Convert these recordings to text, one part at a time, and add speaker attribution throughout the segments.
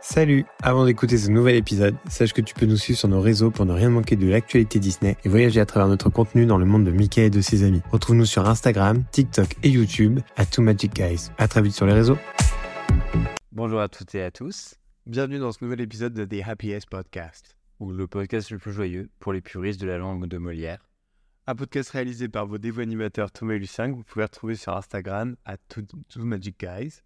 Speaker 1: Salut Avant d'écouter ce nouvel épisode, sache que tu peux nous suivre sur nos réseaux pour ne rien manquer de l'actualité Disney et voyager à travers notre contenu dans le monde de Mickey et de ses amis. Retrouve-nous sur Instagram, TikTok et YouTube à Too Magic Guys. À très vite sur les réseaux.
Speaker 2: Bonjour à toutes et à tous.
Speaker 1: Bienvenue dans ce nouvel épisode de The Happiest Podcast.
Speaker 2: Ou le podcast le plus joyeux pour les puristes de la langue de Molière.
Speaker 1: Un podcast réalisé par vos dévots animateurs Thomas et Lucien que vous pouvez retrouver sur Instagram à Too Too Magic Guys.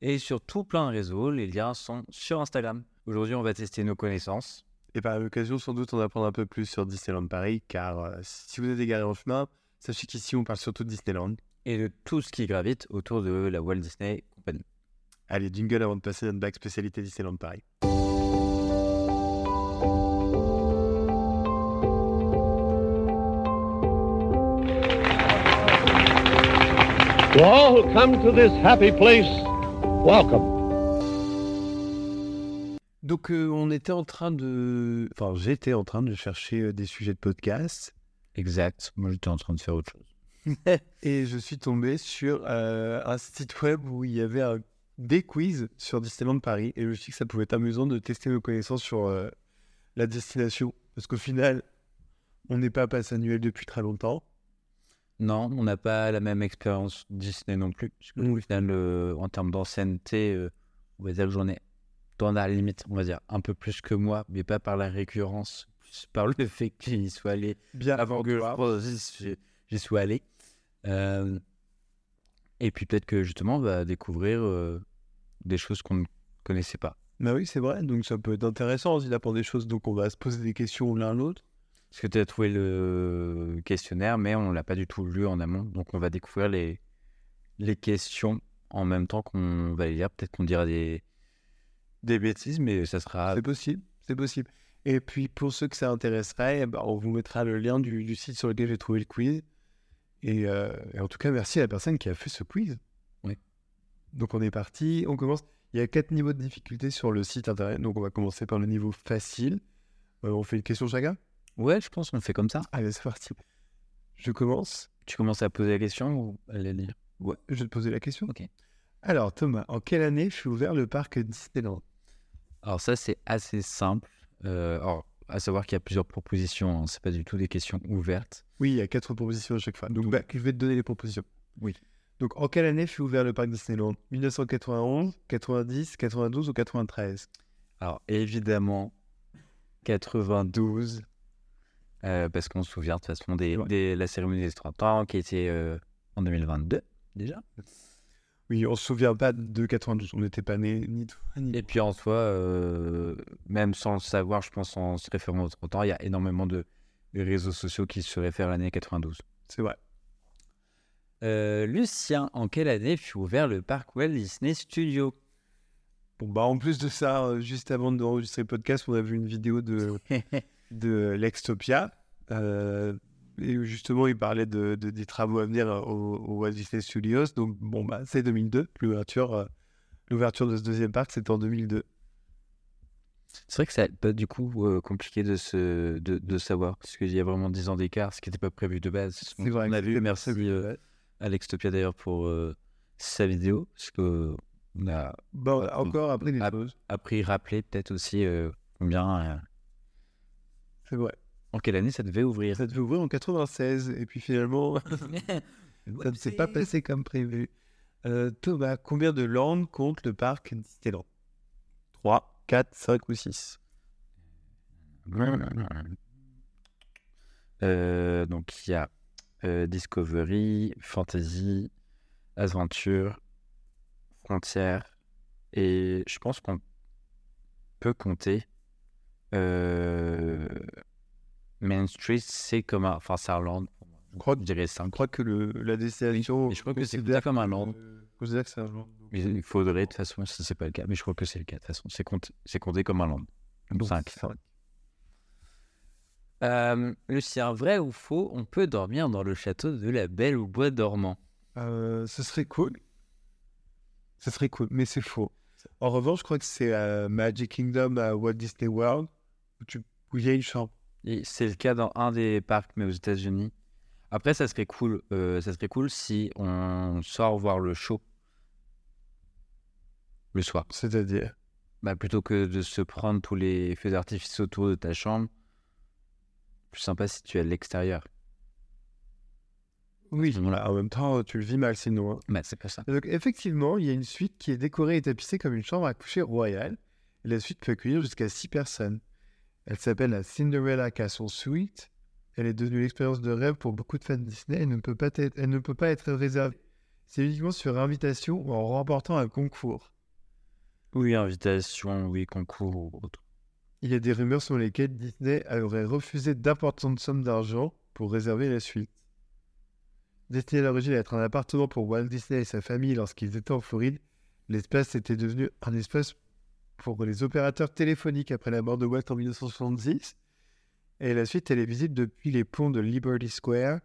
Speaker 2: Et sur tout plein de réseaux, les liens sont sur Instagram. Aujourd'hui, on va tester nos connaissances.
Speaker 1: Et par l'occasion, sans doute, on apprend un peu plus sur Disneyland Paris, car euh, si vous êtes égaré en chemin, sachez qu'ici, on parle surtout de Disneyland.
Speaker 2: et de tout ce qui gravite autour de la Walt Disney Company.
Speaker 1: Allez, jingle avant de passer à notre bac spécialité Disneyland Paris.
Speaker 3: To all who come to this happy place, welcome.
Speaker 1: Donc, euh, on était en train de... Enfin, j'étais en train de chercher euh, des sujets de podcast,
Speaker 2: Exact. Moi, j'étais en train de faire autre chose.
Speaker 1: et je suis tombé sur euh, un site web où il y avait un- des quiz sur Disneyland Paris, et je me suis dit que ça pouvait être amusant de tester nos connaissances sur euh, la destination, parce qu'au final, on n'est pas à passe annuel depuis très longtemps.
Speaker 2: Non, on n'a pas la même expérience Disney non plus. Parce que, au final, euh, en termes d'ancienneté, euh, on va dire que j'en ai, t'en as à la limite, on va dire, un peu plus que moi, mais pas par la récurrence, plus par le fait qu'il y soit allé
Speaker 1: Bien
Speaker 2: avant que je- j'y- j'y sois allé. Euh, et puis peut-être que justement, on va découvrir euh, des choses qu'on ne connaissait pas.
Speaker 1: Bah oui, c'est vrai, donc ça peut être intéressant, on apprend des choses, donc on va se poser des questions l'un l'autre.
Speaker 2: Parce que tu as trouvé le questionnaire, mais on ne l'a pas du tout lu en amont. Donc, on va découvrir les, les questions en même temps qu'on va les lire. Peut-être qu'on dira des, des bêtises, mais ça sera.
Speaker 1: C'est possible, c'est possible. Et puis pour ceux que ça intéresserait, eh ben, on vous mettra le lien du, du site sur lequel j'ai trouvé le quiz. Et, euh, et en tout cas, merci à la personne qui a fait ce quiz.
Speaker 2: Oui.
Speaker 1: Donc on est parti, on commence. Il y a quatre niveaux de difficulté sur le site internet, donc on va commencer par le niveau facile. Euh, on fait une question chacun
Speaker 2: Ouais, je pense qu'on fait comme ça.
Speaker 1: Allez, c'est parti. Je commence.
Speaker 2: Tu commences à poser la question ou à la lire
Speaker 1: Ouais, je vais te poser la question.
Speaker 2: Ok.
Speaker 1: Alors Thomas, en quelle année fut ouvert le parc Disneyland
Speaker 2: Alors, ça, c'est assez simple. Euh, alors, à savoir qu'il y a plusieurs propositions. hein. C'est pas du tout des questions ouvertes.
Speaker 1: Oui, il y a quatre propositions à chaque fois. Donc, bah, je vais te donner les propositions.
Speaker 2: Oui.
Speaker 1: Donc, en quelle année fut ouvert le parc Disneyland 1991, 90, 92 ou 93
Speaker 2: Alors, évidemment, 92, euh, parce qu'on se souvient de toute façon des,
Speaker 1: Ouais.
Speaker 2: des- la cérémonie des 30 ans qui était euh, en 2022 déjà.
Speaker 1: Oui, on se souvient pas de 92. On n'était pas nés ni toi ni
Speaker 2: Et puis en soi, euh, même sans le savoir, je pense en se référant aux 30 ans, il y a énormément de de réseaux sociaux qui se réfèrent à l'année 92.
Speaker 1: C'est vrai.
Speaker 2: Euh, Lucien, en quelle année fut ouvert le parc Walt Disney Studio
Speaker 1: Bon, bah, en plus de ça, euh, juste avant d'enregistrer le podcast, on a vu une vidéo de, de Lextopia. euh, et où justement, il parlait de, de- des travaux à venir euh, au, au Walt Disney Studios. Donc, bon, bah, c'est 2002. L'ouverture euh, l'ouverture de ce deuxième parc, c'est en 2002.
Speaker 2: C'est vrai que ça pas du coup euh, compliqué de, se, de, de savoir, parce qu'il y a vraiment 10 ans d'écart, ce qui n'était pas prévu de base.
Speaker 1: C'est vrai
Speaker 2: On a
Speaker 1: que
Speaker 2: vu,
Speaker 1: c'était-
Speaker 2: merci euh, Alex Topia d'ailleurs pour euh, sa vidéo, parce que on a
Speaker 1: Bon,
Speaker 2: Ah,
Speaker 1: encore après des
Speaker 2: ah,
Speaker 1: choses.
Speaker 2: appris, rappelé peut-être aussi euh, combien, euh,
Speaker 1: C'est vrai.
Speaker 2: en quelle année ça devait ouvrir.
Speaker 1: Ça devait ouvrir en 96, et puis finalement,
Speaker 2: Ah,
Speaker 1: ça ne s'est pas passé comme prévu. Euh, Thomas, combien de landes compte le parc Disneyland 3, 4, 5 ou 6
Speaker 2: Euh, donc il y a euh, Discovery, Fantasy, Adventure, Frontières, et je pense qu'on peut compter. euh, Main Street, c'est comme un. Enfin, c'est un land.
Speaker 1: Je crois
Speaker 2: Je
Speaker 1: que,
Speaker 2: dirais
Speaker 1: je
Speaker 2: 5.
Speaker 1: crois que le, la destination.
Speaker 2: Mais je crois que c'est
Speaker 1: considère
Speaker 2: considéré comme un
Speaker 1: que-
Speaker 2: land.
Speaker 1: considère que c'est Euh, un land.
Speaker 2: Mais Il faudrait, de toute façon, si c'est pas le cas, mais je crois que c'est le cas. De toute façon, c'est compté, c'est compté comme un land. Donc
Speaker 1: Donc,
Speaker 2: 5.
Speaker 1: cinq.
Speaker 2: Euh, Lucien, vrai ou faux, on peut dormir dans le château de la Belle au Bois dormant
Speaker 1: Euh, ce serait cool. Ce serait cool, mais c'est faux. En revanche, je crois que c'est euh, Magic Kingdom à Walt Disney World où tu- où il y a une chambre.
Speaker 2: Et c'est le cas dans un des parcs, mais aux États-Unis. Après, ça serait cool, euh, ça serait cool si on sort voir le show le soir.
Speaker 1: C'est-à-dire
Speaker 2: bah, plutôt que de se prendre tous les feux d'artifice autour de ta chambre, plus sympa si tu es à l'extérieur.
Speaker 1: Oui,
Speaker 2: Voilà.
Speaker 1: en même temps, tu le vis mal sinon. hein.
Speaker 2: Bah, c'est pas ça.
Speaker 1: Et Donc, effectivement, il y a une suite qui est décorée et tapissée comme une chambre à coucher royale. Et la suite peut accueillir jusqu'à 6 personnes. Elle s'appelle la Cinderella Castle Suite. Elle est devenue l'expérience de rêve pour beaucoup de fans Disney et ne peut pas être, elle ne peut pas être réservée. C'est uniquement sur invitation ou en remportant un concours.
Speaker 2: Oui, invitation, oui, concours ou autre.
Speaker 1: Il y a des rumeurs sur lesquelles Disney aurait refusé d'importantes sommes d'argent pour réserver la suite. Destiné à l'origine à être un appartement pour Walt Disney et sa famille lorsqu'ils étaient en Floride, l'espace était devenu un espace pour les opérateurs téléphoniques après la mort de Walt en 1976. Et la suite, elle est visible depuis les ponts de Liberty Square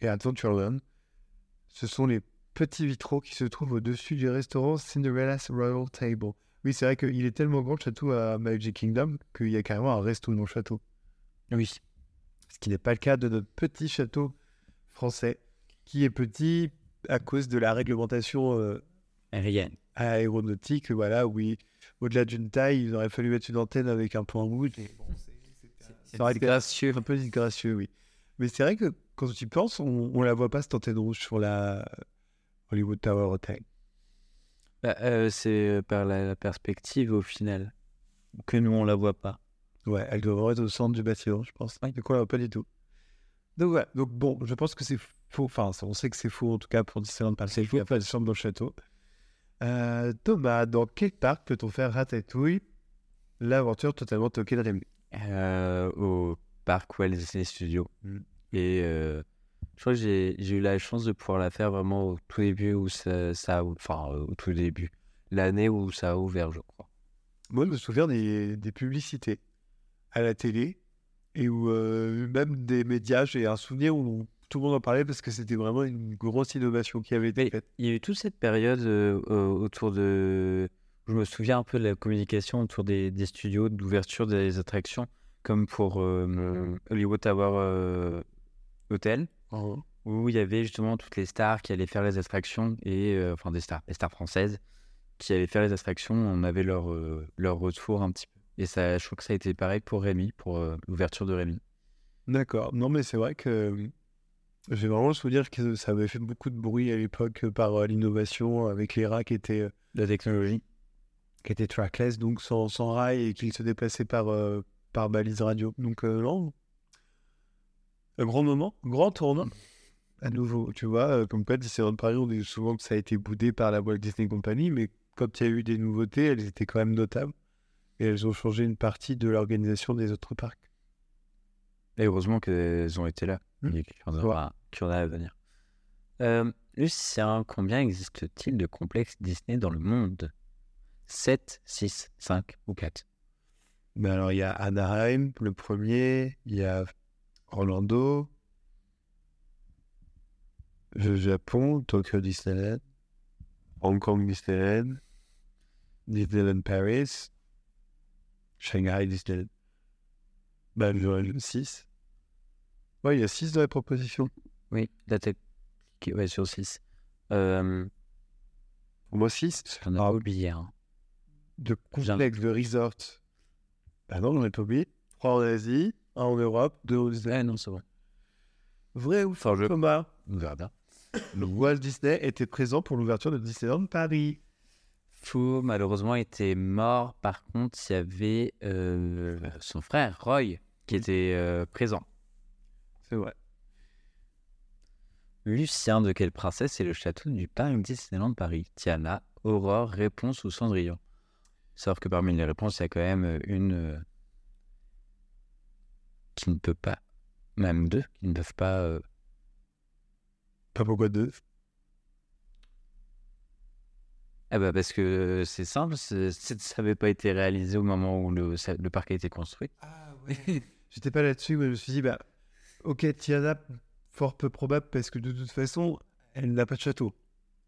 Speaker 1: et Adventureland. Ce sont les petits vitraux qui se trouvent au-dessus du restaurant Cinderella's Royal Table. Oui, c'est vrai qu'il est tellement grand le château à Magic Kingdom qu'il y a carrément un resto dans le château.
Speaker 2: Oui.
Speaker 1: Ce qui n'est pas le cas de notre petit château français, qui est petit à cause de la réglementation euh,
Speaker 2: Rien.
Speaker 1: aéronautique. Voilà, oui. Au-delà d'une taille, il aurait fallu mettre une antenne avec un point rouge. et bon,
Speaker 2: C'est
Speaker 1: Ça aurait été
Speaker 2: gracieux.
Speaker 1: un peu disgracieux, oui. Mais c'est vrai que quand tu y penses, on, on la voit pas cette antenne rouge sur la Hollywood Tower Hotel.
Speaker 2: Bah, euh, c'est euh, par la, la perspective au final que nous on la voit pas.
Speaker 1: Ouais, elle doit être au centre du bâtiment, je pense. Du coup, on l'a pas du tout. Donc voilà. Donc bon, je pense que c'est faux. Enfin, on sait que c'est faux en tout cas pour Disneyland Paris. Il n'y a pas de chambre dans le château. Euh, Thomas, dans quel parc peut-on faire ratatouille L'aventure totalement toquée de Rémi.
Speaker 2: Euh, au parc Walt Disney Studio.
Speaker 1: Mm.
Speaker 2: Et euh, je crois que j'ai j'ai eu la chance de pouvoir la faire vraiment au tout début où ça, ça a- enfin euh, au tout début, l'année où ça a ouvert, je crois.
Speaker 1: Moi, je me souviens des, des publicités à la télé et où euh, même des médias. J'ai un souvenir où tout le monde en parlait parce que c'était vraiment une grosse innovation qui avait été
Speaker 2: Mais
Speaker 1: faite.
Speaker 2: il y a eu toute cette période euh, euh, autour de. Je me souviens un peu de la communication autour des, des studios, d'ouverture des attractions, comme pour euh, Hollywood Tower euh, Hotel, où il y avait justement toutes les stars qui allaient faire les attractions, et, euh, enfin des stars, les stars françaises, qui allaient faire les attractions. On avait leur, euh, leur retour un petit peu. Et ça, je trouve que ça a été pareil pour Rémi, pour euh, l'ouverture de Rémi.
Speaker 1: D'accord. Non, mais c'est vrai que euh, j'ai vraiment le souvenir que ça avait fait beaucoup de bruit à l'époque euh, par euh, l'innovation avec les rats qui étaient, euh,
Speaker 2: La technologie.
Speaker 1: qui étaient trackless, donc sans, sans rail et qu'ils se déplaçaient par, euh, par balise radio. Donc, euh, non. Un grand moment, grand tournant. À nouveau, tu vois, euh, comme quoi Disneyland Paris, on dit souvent que ça a été boudé par la Walt Disney Company, mais quand il y a eu des nouveautés, elles étaient quand même notables. Et elles ont changé une partie de l'organisation des autres parcs.
Speaker 2: Et heureusement qu'elles ont été là.
Speaker 1: Mm.
Speaker 2: Il y a qu'il y en
Speaker 1: Ouais.
Speaker 2: aura- qu'il y en a Mmh. à venir. Euh, Lucien, combien existe-t-il de complexes Disney dans le monde 7, 6, 5 ou 4
Speaker 1: Ben alors, il y a Anaheim, le premier, il y a Orlando, le Japon, Tokyo Disneyland, Hong Kong Disneyland, Disneyland Paris, Shanghai Disneyland. Ben, j'aurais le 6. Ouais, il y a 6 dans les propositions.
Speaker 2: Oui, là t'as cliqué, ouais, sur Euh, 6.
Speaker 1: Pour moi, 6.
Speaker 2: J'en ai
Speaker 1: Ah.
Speaker 2: oublié un.
Speaker 1: De complexe, de resort. Ben non, on est pas oublié. 3 en Asie, 1 en Europe, 2 au Disneyland.
Speaker 2: Ah non, c'est bon.
Speaker 1: Vrai ou
Speaker 2: Enfin, je-
Speaker 1: Thomas
Speaker 2: On verra bien.
Speaker 1: Le Walt Disney était présent pour l'ouverture de Disneyland Paris.
Speaker 2: Fou, malheureusement, était mort. Par contre, il y avait euh, son frère, Roy, qui était euh, présent.
Speaker 1: C'est vrai.
Speaker 2: Lucien, de quelle princesse est le château du parc Disneyland Paris Tiana, Aurore, Réponse ou Cendrillon Sauf que parmi les réponses, il y a quand même euh, une euh, qui ne peut pas, même deux, qui ne peuvent pas. euh,
Speaker 1: Pas pourquoi deux
Speaker 2: Ah bah parce que euh, c'est simple, c'est- c'est- ça n'avait pas été réalisé au moment où le, ça- le parc a été construit.
Speaker 1: Ah J'étais pas là-dessus, mais je me suis dit, bah, ok, Tiana, fort peu probable, parce que de toute façon, elle n'a pas de château.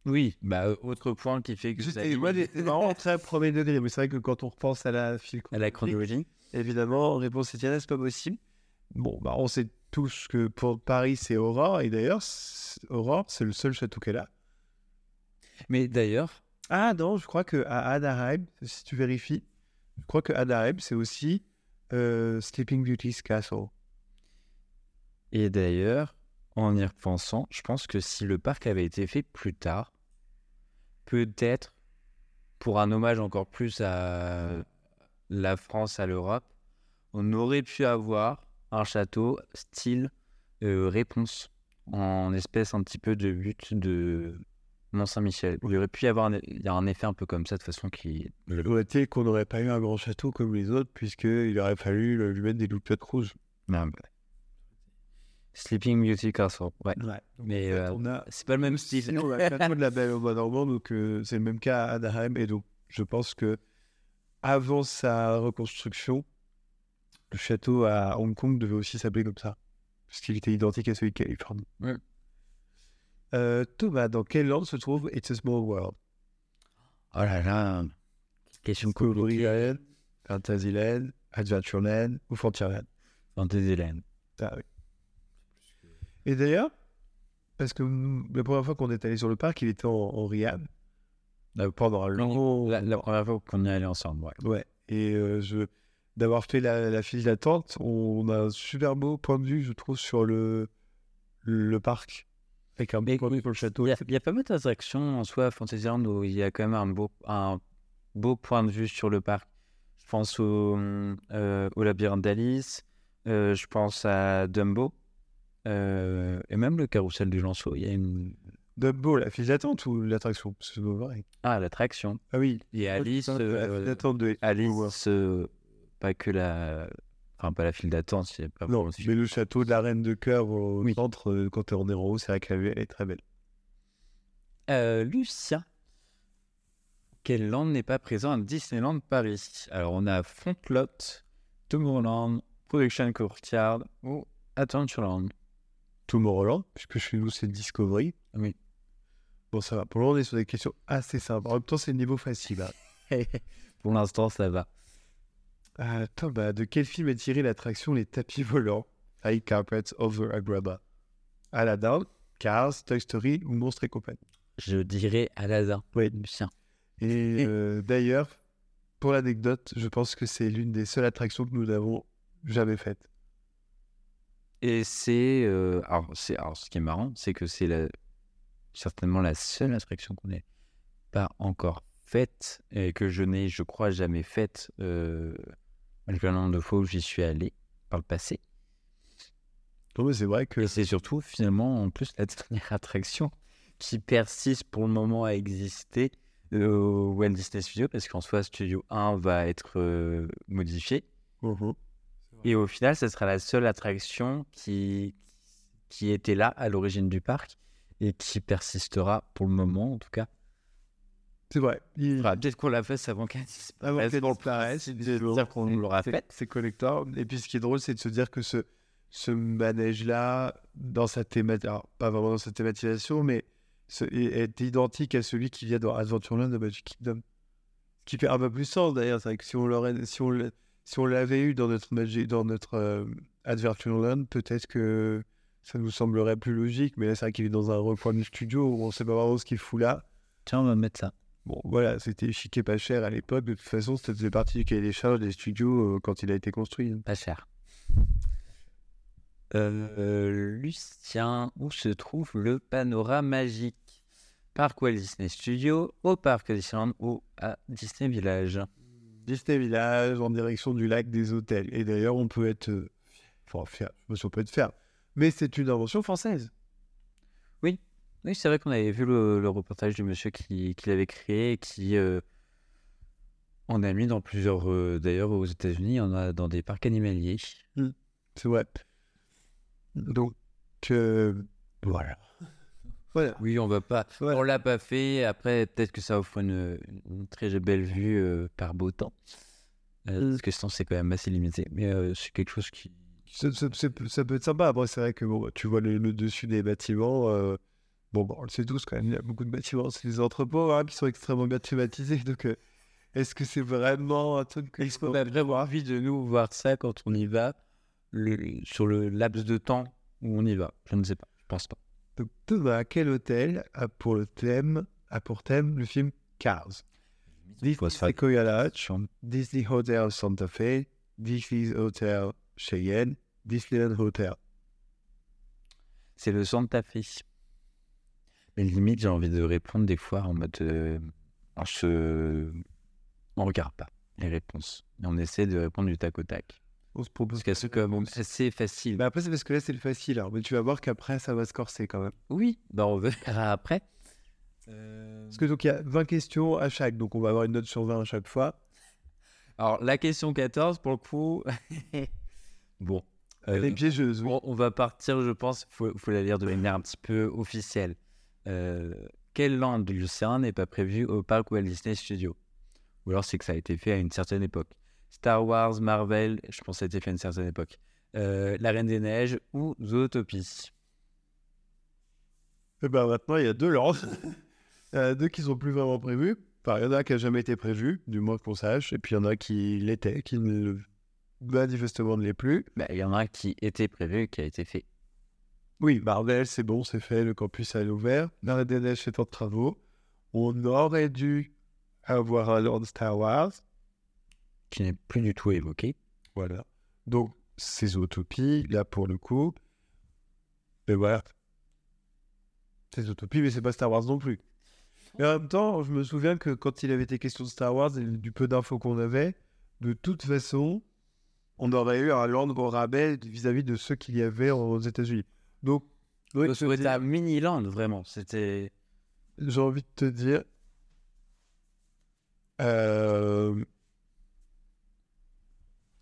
Speaker 2: oui, bah euh, autre point qui fait que vous
Speaker 1: J'étais
Speaker 2: avez-
Speaker 1: moi, j'étais vraiment très premier degré, mais c'est vrai que quand on repense à la file
Speaker 2: à la chronologie.
Speaker 1: évidemment, réponse Tiana, c'est pas possible. Bon, bah, on sait tous que pour Paris, c'est Aurore, et d'ailleurs, c'est- Aurore, c'est le seul château qu'elle a.
Speaker 2: Mais d'ailleurs,
Speaker 1: Ah non, je crois que à Anaheim, si tu vérifies, Je crois que Anna Reb, c'est aussi euh, Sleeping Beauty's Castle.
Speaker 2: Et d'ailleurs, en y repensant, je pense que si le parc avait été fait plus tard, peut-être pour un hommage encore plus à la France, à l'Europe, on aurait pu avoir un château style euh, réponse, en espèce un petit peu de but de Mont-Saint-Michel. Il aurait pu y avoir un, il y a un effet un peu comme ça, de façon qui.
Speaker 1: Le été qu'on n'aurait pas eu un grand château comme les autres, puisqu'il aurait fallu le- lui mettre des loupettes rouges.
Speaker 2: Sleeping Beauty Castle, ouais.
Speaker 1: Ouais.
Speaker 2: Mais euh,
Speaker 1: on a
Speaker 2: c'est pas le même style.
Speaker 1: Sinon, bah, on a quatre mois de la Belle au Bois Dormant, donc euh, c'est le même cas à Anaheim. Et donc, je pense que avant sa reconstruction, le château à Hong Kong devait aussi s'appeler comme ça, parce qu'il était identique à celui de Californie.
Speaker 2: Ouais.
Speaker 1: Euh, Thomas, dans quel land se trouve It's a Small World
Speaker 2: Oh là là, question
Speaker 1: Discovery
Speaker 2: compliquée.
Speaker 1: Land, Fantasyland, Adventureland ou Frontierland
Speaker 2: Fantasyland.
Speaker 1: Ah oui. Et d'ailleurs, parce que nous- la première fois qu'on est allé sur le parc, il était en, en Riyad. Euh,
Speaker 2: Ah,
Speaker 1: Pendant un
Speaker 2: Non,
Speaker 1: long,
Speaker 2: La, la première fois qu'on y est allé ensemble, ouais.
Speaker 1: Ouais, et euh, je d'avoir fait la, la file d'attente, on a un super beau point de vue, je trouve, sur le, le parc. Avec un beau
Speaker 2: Mais-
Speaker 1: point de vue sur le château.
Speaker 2: Il y a- il y, a pas mal d'attractions en soi à Fantasyland où il y a quand même un beau, un beau point de vue sur le parc. Je pense au, euh, au labyrinthe d'Alice, euh, je pense à Dumbo, euh, et même le carrousel du Lanceau. Il y a une.
Speaker 1: Dumbo, la file d'attente ou l'attraction Parce que C'est pas pareil.
Speaker 2: Ah, l'attraction.
Speaker 1: Ah oui,
Speaker 2: Et Alice.
Speaker 1: la
Speaker 2: euh,
Speaker 1: file d'attente de
Speaker 2: Alice, euh, pas que la. Enfin, pas la file d'attente, c'est pas
Speaker 1: Non,
Speaker 2: vraiment-
Speaker 1: mais le château de la Reine de Cœur au
Speaker 2: Oui.
Speaker 1: centre, euh, quand on est en haut, c'est vrai qu'elle elle est très belle.
Speaker 2: Euh, Lucien. Quel land n'est pas présent à Disneyland Paris Alors, on a Frontlot, Tomorrowland, Production Courtyard ou Adventureland.
Speaker 1: Tomorrowland, puisque chez nous, c'est Discovery.
Speaker 2: Oui.
Speaker 1: Bon, ça va. Pour le moment, on est sur des questions assez simples. En même temps, c'est le niveau facile. hein.
Speaker 2: Pour l'instant, ça va.
Speaker 1: Ah, Thomas, de quel film est tirée l'attraction Les Tapis Volants High Carpets Over Agrabah Aladdin, Cars, Toy Story ou Monstre et compagnie
Speaker 2: Je dirais Aladdin.
Speaker 1: Oui.
Speaker 2: Lucien.
Speaker 1: Et euh, d'ailleurs, pour l'anecdote, je pense que c'est l'une des seules attractions que nous n'avons jamais faite.
Speaker 2: Et c'est. euh, alors, c'est- alors, ce qui est marrant, c'est que c'est la- certainement la seule attraction qu'on n'ait pas encore faite et que je n'ai, je crois, jamais faite, euh, malgré le nombre de fois où j'y suis allé par le passé.
Speaker 1: Non, mais c'est vrai que
Speaker 2: Et c'est surtout, finalement, en plus, la dernière attraction qui persiste pour le moment à exister euh, au Walt Disney Studio, parce qu'en soi, Studio 1 va être euh, modifié.
Speaker 1: Mhm.
Speaker 2: Et au final, ce sera la seule attraction qui, qui était là à l'origine du parc et qui persistera pour le moment, en tout cas.
Speaker 1: c'est vrai. Il...
Speaker 2: Faudra Peut-être qu'on la fasse avant qu'elle
Speaker 1: Avant
Speaker 2: disparaisse
Speaker 1: qu'elle
Speaker 2: dans le
Speaker 1: disparaisse,
Speaker 2: principe,
Speaker 1: c'est-
Speaker 2: c'est-à-dire qu'on l'aura
Speaker 1: c'est-
Speaker 2: faite.
Speaker 1: C'est collector. Et puis ce qui est drôle, c'est de se dire que ce, ce manège-là, dans sa thématisation, pas vraiment dans sa thématisation, mais ce- est est identique à celui qui vient dans Adventureland de Magic Kingdom. Ce qui fait un peu plus sens d'ailleurs, c'est vrai que si on l'aurait, si on l'a- si on l'avait eu dans notre Magi- dans notre euh, Adventureland, peut-être que ça nous semblerait plus logique. Mais là, c'est vrai qu'il est dans un recoin du studio où on sait pas vraiment ce qu'il fout là.
Speaker 2: Tiens, on va mettre ça.
Speaker 1: Bon, voilà, c'était chic et pas cher à l'époque. De toute façon, ça faisait partie du cahier des charges des studios euh, quand il a été construit. hein.
Speaker 2: Pas cher. Euh, Lucien, où se trouve le panorama magique Parc Walt Disney Studio, au parc Disneyland ou à Disney Village
Speaker 1: Disney Village, en direction du lac des hôtels. Et d'ailleurs, on peut être. euh, Enfin, fier, je sais pas si on peut être fier. Mais c'est une invention française.
Speaker 2: Oui, c'est vrai qu'on avait vu le, le reportage du monsieur qui, qui l'avait créé et qui euh, en a mis dans plusieurs. euh, D'ailleurs, aux États-Unis, il y en a dans des parcs animaliers.
Speaker 1: C'est vrai. Donc, euh, voilà. Voilà.
Speaker 2: Oui, on va pas.
Speaker 1: Ouais.
Speaker 2: On l'a pas fait. Après, peut-être que ça offre une, une très belle vue euh, par beau temps. Euh, Parce que sinon, c'est quand même assez limité. Mais euh, c'est quelque chose qui.
Speaker 1: Ça, ça- c'est- ça peut être sympa. Après, c'est vrai que bon, tu vois le, le dessus des bâtiments. euh, bon, bah, on le sait tous quand même, il y a beaucoup de bâtiments. C'est des entrepôts hein, qui sont extrêmement bien thématisés. Donc, euh, est-ce que c'est vraiment un truc que-
Speaker 2: Est-ce qu'on a vraiment envie de nous voir ça quand on y va, le- sur le laps de temps où on y va Je ne sais pas. Je pense pas.
Speaker 1: Donc, Thomas, quel hôtel a pour le thème, a pour thème le film Cars Disney
Speaker 2: faut se faire-
Speaker 1: Sequoia Lodge,
Speaker 2: Chambre.
Speaker 1: Disney Hotel Santa Fe, Disney Hotel Cheyenne, Disneyland Hotel.
Speaker 2: C'est le Santa Fe. Mais limite, j'ai envie de répondre des fois en mode. euh, on se. On regarde pas les réponses. Et on essaie de répondre du tac au tac.
Speaker 1: On se propose
Speaker 2: Parce qu'à ce quand même assez facile.
Speaker 1: Mais Bah, après, c'est parce que là, c'est le facile. hein. Mais tu vas voir qu'après, ça va se corser quand même.
Speaker 2: oui, bah on verra après. Euh,
Speaker 1: Parce que donc, il y a 20 questions à chaque. Donc, on va avoir une note sur 20 à chaque fois.
Speaker 2: Alors, la question 14, pour le coup. bon.
Speaker 1: Elle est
Speaker 2: Euh,
Speaker 1: piégeuse. oui.
Speaker 2: on, on va partir, je pense. Il faut, faut la lire de manière un petit peu officielle. Euh, quelle langue de l'océan n'est pas prévue au parc Walt Disney Studios Ou alors, c'est que ça a été fait à une certaine époque. Star Wars, Marvel, je pense que ça a été fait à une certaine époque. Euh, la Reine des Neiges ou Zootopie
Speaker 1: Eh ben, maintenant, il y a deux lances. Il y en a deux qui sont plus vraiment prévues. Enfin, il y en a un qui n'a jamais été prévu, du moins qu'on sache. Et puis, il y en a qui l'était, qui ne le- manifestement ne l'est plus.
Speaker 2: Bah, Il y en a un qui était prévu et qui a été fait.
Speaker 1: Oui, Marvel, c'est bon, c'est fait, le campus est ouvert. La Reine des Neiges est en travaux. On aurait dû avoir un Land Star Wars.
Speaker 2: Qui n'est plus du tout évoqué.
Speaker 1: Voilà. Donc, ces utopies, là, pour le coup. Mais voilà. Ces utopies, mais c'est pas Star Wars non plus. Mais en même temps, je me souviens que quand il avait été question de Star Wars et du peu d'infos qu'on avait, de toute façon, on aurait eu un land au rabais vis-à-vis de ceux qu'il y avait aux États-Unis. Donc, j'ai envie de te
Speaker 2: C'était
Speaker 1: dire-
Speaker 2: à Miniland, vraiment. C'était.
Speaker 1: j'ai envie de te dire. euh,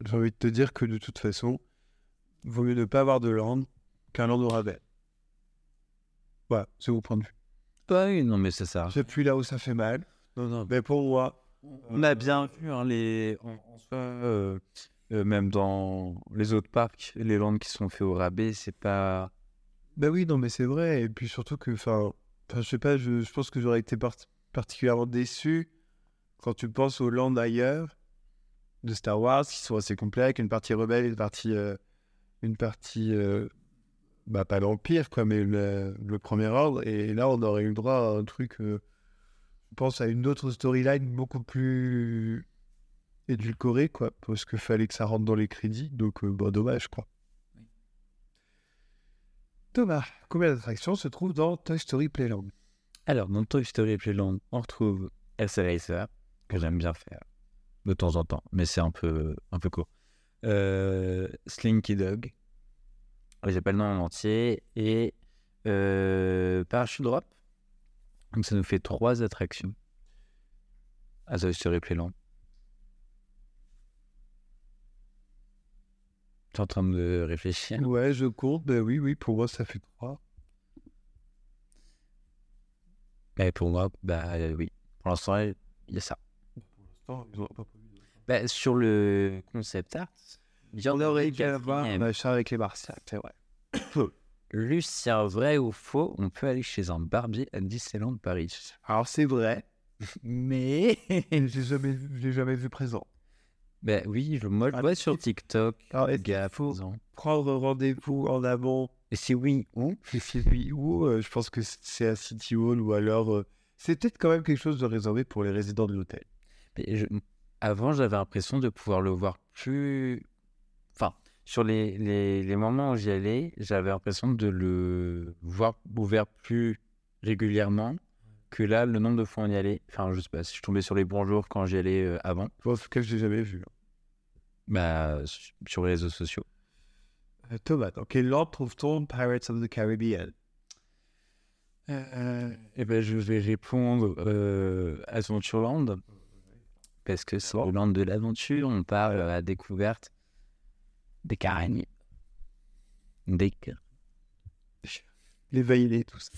Speaker 1: J'ai envie de te dire que de toute façon, vaut mieux ne pas avoir de land qu'un land au rabais. Voilà, c'est mon point de vue.
Speaker 2: Pas une, non, mais c'est ça.
Speaker 1: C'est plus là où ça fait mal,
Speaker 2: Non, non,
Speaker 1: mais pour moi,
Speaker 2: On a bien vu, hein, les... en, en soi, euh, euh, même dans les autres parcs, les landes qui sont faites au rabais, c'est pas.
Speaker 1: Ben oui, non, mais c'est vrai. Et puis surtout que, enfin, enfin, je sais pas, je, je pense que j'aurais été parti- particulièrement déçu quand tu penses aux landes ailleurs de Star Wars qui sont assez complets, avec une partie rebelle, une partie, euh, une partie, euh, bah pas l'Empire quoi, mais le, le Premier Ordre. Et là, on aurait eu le droit à un truc, euh, je pense à une autre storyline beaucoup plus édulcorée quoi, parce que fallait que ça rentre dans les crédits. Donc, euh, bah, dommage quoi. Thomas, combien d'attractions se trouvent dans Toy Story Playland
Speaker 2: Alors, dans Toy Story Playland, on retrouve Elsa Racer, que j'aime bien faire de temps en temps, mais c'est un peu, un peu court. Euh, Slinky Dog, euh, j'ai pas le nom en entier, et euh, Parachute Drop. Donc, ça nous fait trois attractions à Toy Story Playland. T'es en train de réfléchir
Speaker 1: Ouais, je compte. Ben oui, oui, pour moi, ça fait 3.
Speaker 2: Mais pour moi, bah euh, oui. Pour l'instant, il y a ça. Bah, sur le concept art, il y en
Speaker 1: On aurait
Speaker 2: avait
Speaker 1: qu'à avoir
Speaker 2: quatrième.
Speaker 1: machin avec les martiens, c'est vrai.
Speaker 2: Lucien, vrai ou faux, on peut aller chez un barbier à Disneyland Paris.
Speaker 1: Alors, c'est vrai,
Speaker 2: Mais.
Speaker 1: et je l'ai jamais, vu- je l'ai jamais vu présent.
Speaker 2: bah oui, je, moi je
Speaker 1: Ah,
Speaker 2: vois sur TikTok.
Speaker 1: Alors, est-ce qu'il
Speaker 2: Gaffe.
Speaker 1: faut
Speaker 2: faisant.
Speaker 1: prendre rendez-vous en amont
Speaker 2: Et si oui, ou
Speaker 1: chez Sylvie ou euh, je pense que c'est à City Hall ou alors euh, c'est peut-être quand même quelque chose de réservé pour les résidents de l'hôtel.
Speaker 2: Mais je- Avant, j'avais l'impression de pouvoir le voir plus. Enfin, sur les, les, les moments où j'y allais, j'avais l'impression de le voir ouvert plus régulièrement que là, le nombre de fois où on y allait. Enfin, je sais pas, si je tombais sur les bons jours quand j'y allais euh, avant,
Speaker 1: Bon, en tout cas, je l'ai jamais vu. hein.
Speaker 2: bah, su- sur les réseaux sociaux.
Speaker 1: Euh, Thomas, dans quel ordre trouve-t-on Pirates of the Caribbean
Speaker 2: Eh ben, je vais répondre euh, Adventureland, parce que c'est le land de l'aventure. On part à la découverte des Caraïbes. Des
Speaker 1: Les Vaillinés, tout ça.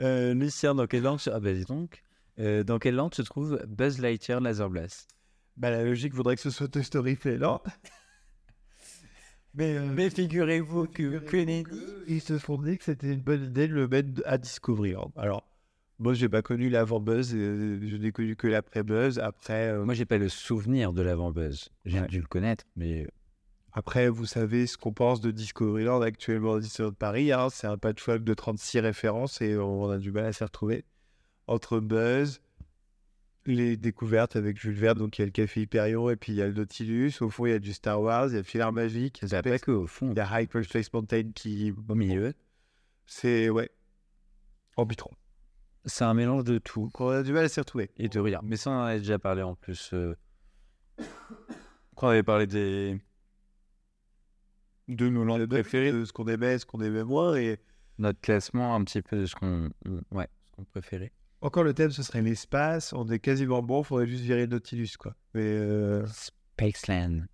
Speaker 2: Euh, Lucien, dans quelle langue se- Ah bah dis donc. Euh, dans quelle langue se trouve Buzz Lightyear Laser Blast
Speaker 1: Bah, la logique voudrait que ce soit Toy Story Playland. Mais, euh,
Speaker 2: Mais figurez-vous que Kennedy...
Speaker 1: ils se sont dit que c'était une bonne idée de le mettre à Discoveryland. Alors, moi, j'ai pas connu l'avant Buzz, euh, je n'ai connu que l'après Buzz. Après, euh,
Speaker 2: Moi, j'ai pas le souvenir de l'avant Buzz. J'ai
Speaker 1: Ouais.
Speaker 2: dû le connaître, mais
Speaker 1: après, vous savez ce qu'on pense de Discoveryland actuellement à Disneyland Paris. hein. c'est un patchwork de 36 références et on a du mal à s'y retrouver. Entre Buzz, les découvertes avec Jules Verne, donc il y a le Café Hyperion et puis il y a le Nautilus. Au fond, il y a du Star Wars, il y a Filar Magique, il y a
Speaker 2: C'est
Speaker 1: Space-
Speaker 2: Bah, après qu'au fond,
Speaker 1: il y a Hyperspace Mountain qui.
Speaker 2: au milieu,
Speaker 1: C'est. Ouais. Orbitron.
Speaker 2: c'est un mélange de tout
Speaker 1: Donc on a du mal à s'y retrouver.
Speaker 2: et de rien. Mais ça, on en avait déjà parlé en plus. euh, Quand on avait parlé des.
Speaker 1: De nos langues préférées, de euh, ce qu'on aimait, ce qu'on aimait moins. Et
Speaker 2: Notre classement, un petit peu de ce qu'on euh, ouais, ce qu'on préférait.
Speaker 1: encore le thème, ce serait l'espace. On est quasiment bon, faudrait juste virer le Nautilus, quoi. Mais. euh,
Speaker 2: Spaceland.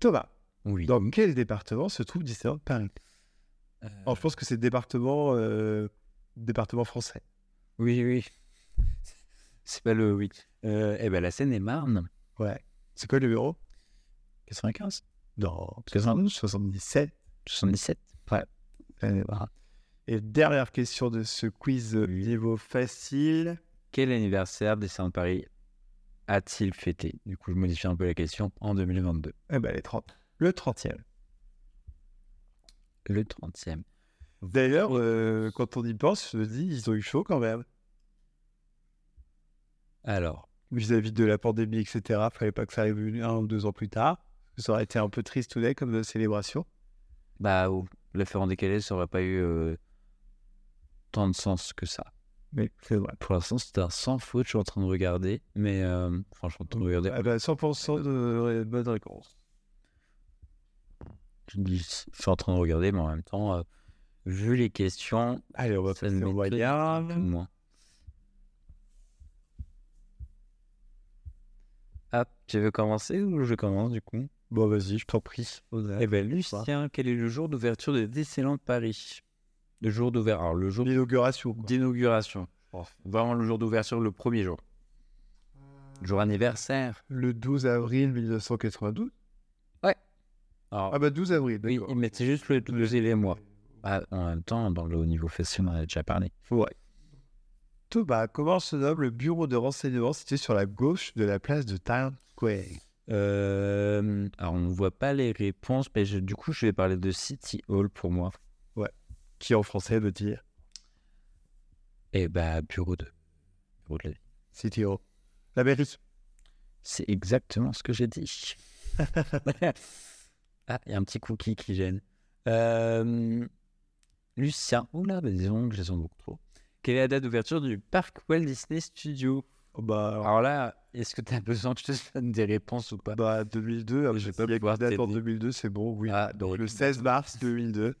Speaker 1: Thomas,
Speaker 2: Oui.
Speaker 1: dans quel département se trouve Disneyland Paris
Speaker 2: Euh,
Speaker 1: Alors, je pense que c'est le département, euh, département français.
Speaker 2: Oui, oui. C'est pas le oui. Euh, eh ben la Seine-et-Marne.
Speaker 1: Ouais. C'est quoi le numéro
Speaker 2: 95
Speaker 1: Non, 72, 77.
Speaker 2: 77 Ouais.
Speaker 1: Euh, voilà. Et dernière question de ce quiz euh, niveau facile.
Speaker 2: Quel anniversaire Disneyland Paris a-t-il fêté Du coup, je modifie un peu la question en 2022.
Speaker 1: Eh ben, les 30. Le 30e.
Speaker 2: Le 30e.
Speaker 1: D'ailleurs, euh, quand on y pense, je me dis, ils ont eu chaud quand même.
Speaker 2: Alors,
Speaker 1: Vis-à-vis de la pandémie, etc. Fallait pas que ça arrive une- un ou deux ans plus tard. Ça aurait été un peu triste tout comme euh, célébration.
Speaker 2: bah, ou- le faire en décalé, ça aurait pas eu euh, tant de sens que ça.
Speaker 1: Mais c'est vrai.
Speaker 2: Pour l'instant, c'est un sans faute, je suis en train de regarder. Mais euh, enfin, je suis en train de regarder.
Speaker 1: Ah ben, 100% de euh, bonne réponse.
Speaker 2: Je dis- je suis en train de regarder, mais en même temps, euh, vu les questions,
Speaker 1: Allez, on va
Speaker 2: Ça ne
Speaker 1: passer au
Speaker 2: m'étonne
Speaker 1: Royal.
Speaker 2: Tout moins. Ah, tu veux commencer ou je commence du coup
Speaker 1: Bon, vas-y, je t'en prie.
Speaker 2: Eh bien, Lucien, quel est le jour d'ouverture de Disneyland Paris Le jour d'ouverture. Alors, le jour
Speaker 1: L'inauguration. quoi.
Speaker 2: d'inauguration. Vraiment, le jour d'ouverture, le premier jour.
Speaker 1: Euh,
Speaker 2: Jour anniversaire.
Speaker 1: Le 12 avril 1992.
Speaker 2: Alors,
Speaker 1: Ah bah 12 avril,
Speaker 2: oui,
Speaker 1: d'accord.
Speaker 2: il mettait juste le, le et moi. Ah, en même temps, dans le haut niveau festival, on en a déjà parlé.
Speaker 1: Ouais. Thomas, comment se nomme le bureau de renseignement situé sur la gauche de la place de Town Square
Speaker 2: Euh, alors, on ne voit pas les réponses, mais je- du coup, je vais parler de City Hall pour moi.
Speaker 1: Qui en français veut dire
Speaker 2: Eh bah, bureau de. bureau de la vie.
Speaker 1: City Hall. La mairie.
Speaker 2: C'est exactement ce que j'ai dit. ah, il y a un petit cookie qui gêne. Euh, Lucien. Oula, bah, disons que je les en beaucoup trop. Quelle est la date d'ouverture du parc Walt Disney Studio
Speaker 1: Oh bah, alors,
Speaker 2: Alors là, est-ce que tu as besoin que je te donne des réponses ou pas
Speaker 1: bah 2002. après,
Speaker 2: Je vais
Speaker 1: s'il
Speaker 2: pas
Speaker 1: y a
Speaker 2: pouvoir
Speaker 1: une date en
Speaker 2: t'aider.
Speaker 1: 2002, c'est bon, oui.
Speaker 2: Ah, donc-
Speaker 1: le 16 mars 2002.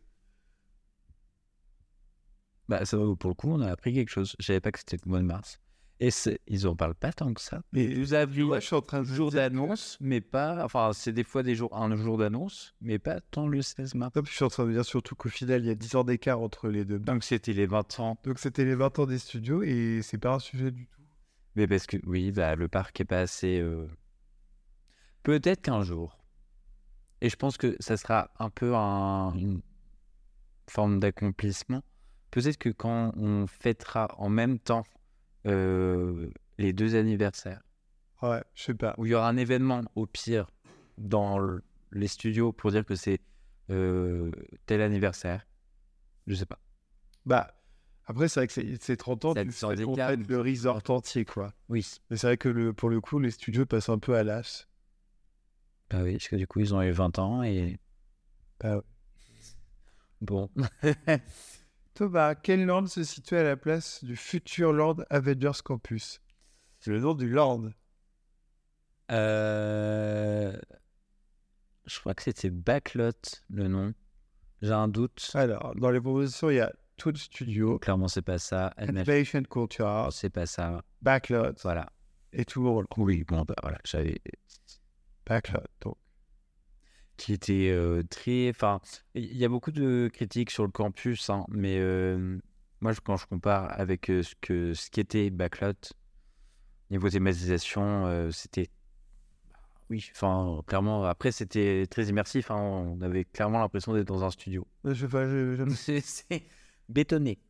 Speaker 2: Bah, ça, va, pour le coup, on a appris quelque chose. Je savais pas que c'était le mois de mars. Et c'est- ils en parlent pas tant que ça.
Speaker 1: Mais
Speaker 2: Vous avez
Speaker 1: moi, je suis en train de
Speaker 2: jour
Speaker 1: dire que-
Speaker 2: d'annonce, mais pas. Enfin, c'est des fois des jours, un jour d'annonce, mais pas tant le 16 mars.
Speaker 1: Non, puis je suis en train de dire surtout qu'au final, il y a 10 ans d'écart entre les deux.
Speaker 2: Donc c'était les 20 ans.
Speaker 1: Donc c'était les 20 ans des studios et c'est pas un sujet du tout.
Speaker 2: Mais parce que oui, bah, le parc est pas assez. euh, Peut-être qu'un jour. Et je pense que ça sera un peu un- une forme d'accomplissement. Peut-être que quand on fêtera en même temps euh, les deux anniversaires,
Speaker 1: Ah Ouais, je sais pas.
Speaker 2: où il y aura un événement au pire dans le- les studios pour dire que c'est euh, tel anniversaire, je sais pas.
Speaker 1: Bah, après, c'est vrai que c'est c'est 30 ans,
Speaker 2: Ça
Speaker 1: tu
Speaker 2: te sort
Speaker 1: fais-
Speaker 2: des
Speaker 1: on
Speaker 2: câbles.
Speaker 1: fête le resort entier, quoi.
Speaker 2: Oui.
Speaker 1: Mais c'est vrai que le, pour le coup, les studios passent un peu à l'as.
Speaker 2: Bah oui, parce que du coup, ils ont eu 20 ans et.
Speaker 1: Bah ouais.
Speaker 2: Bon.
Speaker 1: Thomas, quel land se situe à la place du futur Land Avengers Campus C'est le nom du land.
Speaker 2: Euh, Je crois que c'était Backlot, le nom. J'ai un doute.
Speaker 1: Alors, dans les propositions, il y a Toon Studio,
Speaker 2: Clairement, c'est pas ça. NH,
Speaker 1: Animation Courtyard,
Speaker 2: c'est pas ça.
Speaker 1: Backlot
Speaker 2: Voilà.
Speaker 1: et tout le monde.
Speaker 2: Oui, bon, bah voilà, j'avais.
Speaker 1: Backlot, donc.
Speaker 2: Qui était euh, très. Enfin, il y a beaucoup de critiques sur le campus, hein, mais euh, moi, je- quand je compare avec euh, ce que ce qu'était Backlot, niveau thématisation, euh, c'était. Oui, enfin, clairement, après, c'était très immersif. hein, on avait clairement l'impression d'être dans un studio.
Speaker 1: Je sais pas, je- je-
Speaker 2: C'est- C'est bétonné.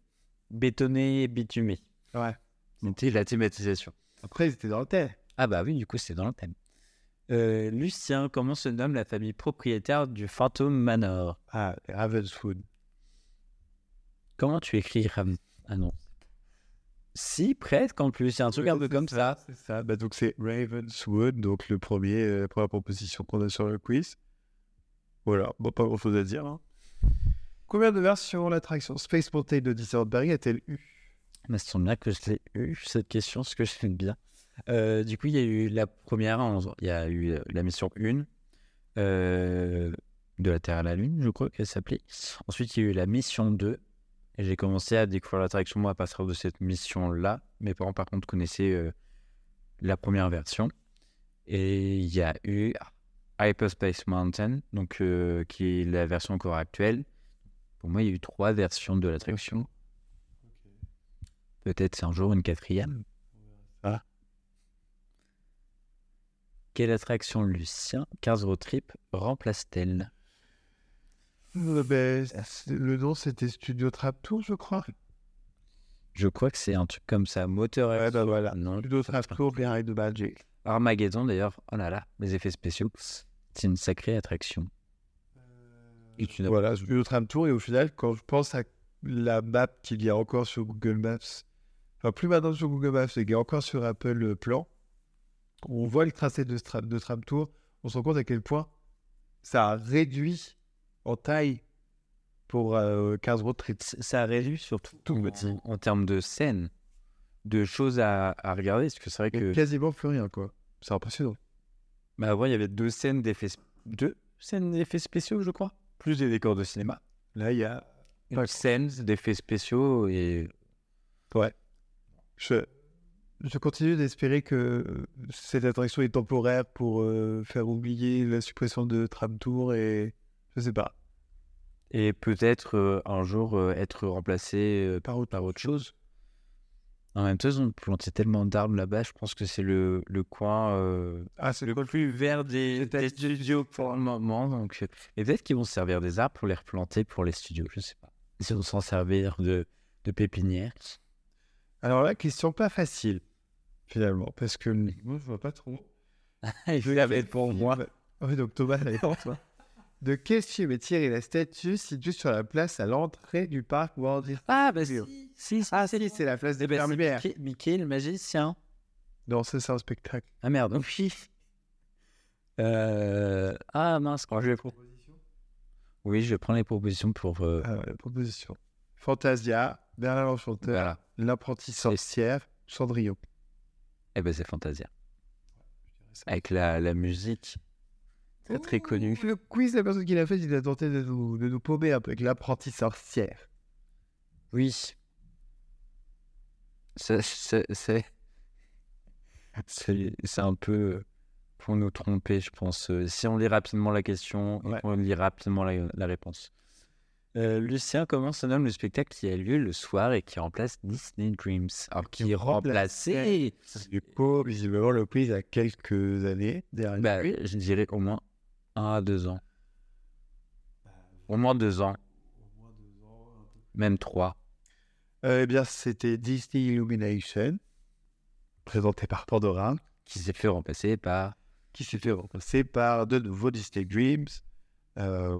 Speaker 2: Bétonné et bitumé.
Speaker 1: Ouais.
Speaker 2: C'était la thématisation.
Speaker 1: Après, ils étaient dans le thème.
Speaker 2: Ah bah oui, du coup, c'est dans le thème. Euh, Lucien, comment se nomme la famille propriétaire du Phantom Manor
Speaker 1: Ah, Ravenswood.
Speaker 2: Comment tu écris Ram... Ah non. euh, Si, presque en plus. C'est un truc un peu
Speaker 1: C'est
Speaker 2: comme ça.
Speaker 1: C'est ça. Bah, donc c'est Ravenswood, donc le premier, euh, la première proposition qu'on a sur le quiz. Voilà, bon, pas grand chose à dire. hein. Combien de versions l'attraction Space Mountain de Disneyland Paris a-t-elle eu
Speaker 2: Mais ça Bah, semble bien que je l'ai eu, cette question, ce que je fais bien. Euh, du coup, il y a eu la première, en- il y a eu euh, la mission 1, euh, de la Terre à la Lune, je crois qu'elle s'appelait. Ensuite, il y a eu la mission 2, et j'ai commencé à découvrir l'attraction, moi, à partir de cette mission-là. Mes parents, par contre, connaissaient euh, la première version. Et il y a eu Hyperspace Mountain, donc, euh, qui est la version encore actuelle. Pour moi, il y a eu trois versions de l'attraction. Peut-être un jour une quatrième.
Speaker 1: Ah.
Speaker 2: Quelle attraction Lucien 15 road trip remplace-t-elle
Speaker 1: Euh, ben, c'est- Le nom c'était Studio Trap Tour, je crois.
Speaker 2: Je crois que c'est un truc comme ça. Moteur
Speaker 1: Ouais, bah voilà.
Speaker 2: Non.
Speaker 1: Studio Trap Tour, les règles de Magic.
Speaker 2: Armageddon d'ailleurs. Oh là là, les effets spéciaux. C'est une sacrée attraction.
Speaker 1: Euh,
Speaker 2: Et tu n'as-
Speaker 1: Voilà, Studio Trap Tour, et au final, quand je pense à la map qu'il y a encore sur Google Maps, enfin plus maintenant sur Google Maps, mais qu'il y a encore sur Apple euh, Plan, on voit le tracé de, Stra- de Trap Tour, on se rend compte à quel point ça a réduit en taille pour euh, 15 road trips.
Speaker 2: C- Ça a réduit surtout
Speaker 1: Tout
Speaker 2: en,
Speaker 1: petit.
Speaker 2: en termes de scènes, de choses à, à regarder. Parce que c'est vrai
Speaker 1: Il y a
Speaker 2: que.
Speaker 1: Quasiment plus rien, quoi. C'est impressionnant.
Speaker 2: Bah avant, il y avait deux scènes d'effets. sp- Deux scènes d'effets spéciaux, je crois. Plus des décors de cinéma.
Speaker 1: Là, il y a.
Speaker 2: une
Speaker 1: Pas-
Speaker 2: scène d'effets spéciaux et
Speaker 1: Je, je continue d'espérer que cette attraction est temporaire pour euh, faire oublier la suppression de Tram Tour et. Je sais pas.
Speaker 2: et peut-être euh, un jour euh, être remplacé euh, par, autre, par autre chose. En même temps, ils ont planté tellement d'arbres là-bas, je pense que c'est le, le coin euh,
Speaker 1: Ah, c'est
Speaker 2: le plus vert des, des studios pour le moment. Donc, euh, et peut-être qu'ils vont se servir des arbres pour les replanter pour les studios, je sais pas. Ils vont s'en servir de, de pépinière.
Speaker 1: Alors là, question pas facile, finalement, parce que moi, je vois pas trop.
Speaker 2: Il
Speaker 1: Je l'avais pour moi. Oui, donc Thomas l'avait pour toi. De quel film est tirée la statue située sur la place à l'entrée du parc Walt Disney
Speaker 2: Ah, bah si,
Speaker 1: Studios
Speaker 2: si,
Speaker 1: Ah, si, c'est la place
Speaker 2: Eh
Speaker 1: des
Speaker 2: ben, c'est
Speaker 1: fermières.
Speaker 2: Mickey- Mickey, le magicien.
Speaker 1: Non, ça, c'est un spectacle.
Speaker 2: Ah merde, oui. Euh... Ah mince, quand je vais prendre. Oui, je vais prendre les propositions pour. euh,
Speaker 1: Ah, la proposition. Fantasia, Bernard l'Enchanteur,
Speaker 2: Voilà.
Speaker 1: L'apprenti sorcière, Cendrillon.
Speaker 2: Eh ben, c'est Fantasia. Avec la, la musique. Très très connue.
Speaker 1: Le quiz, la personne qui l'a fait, il a tenté de nous, de nous paumer un peu avec l'apprenti sorcière.
Speaker 2: Oui. C'est. C'est c'est- c'est- c'est un peu euh, pour nous tromper, je pense. Euh, Si on lit rapidement la question, et
Speaker 1: Ouais.
Speaker 2: on lit rapidement la, la réponse. Euh, Lucien, comment se nomme le spectacle qui a lieu le soir et qui remplace Disney Dreams Alors, qui, est remplacé
Speaker 1: Du coup, visiblement, le quiz a quelques années derrière.
Speaker 2: Bah, je dirais au moins un à deux ans. Au moins deux ans. Même trois.
Speaker 1: Euh, eh bien, c'était Disney Illumination, présenté par Pandora,
Speaker 2: Qui s'est fait remplacer par.
Speaker 1: qui s'est fait remplacer par de nouveau Disney Dreams. Euh,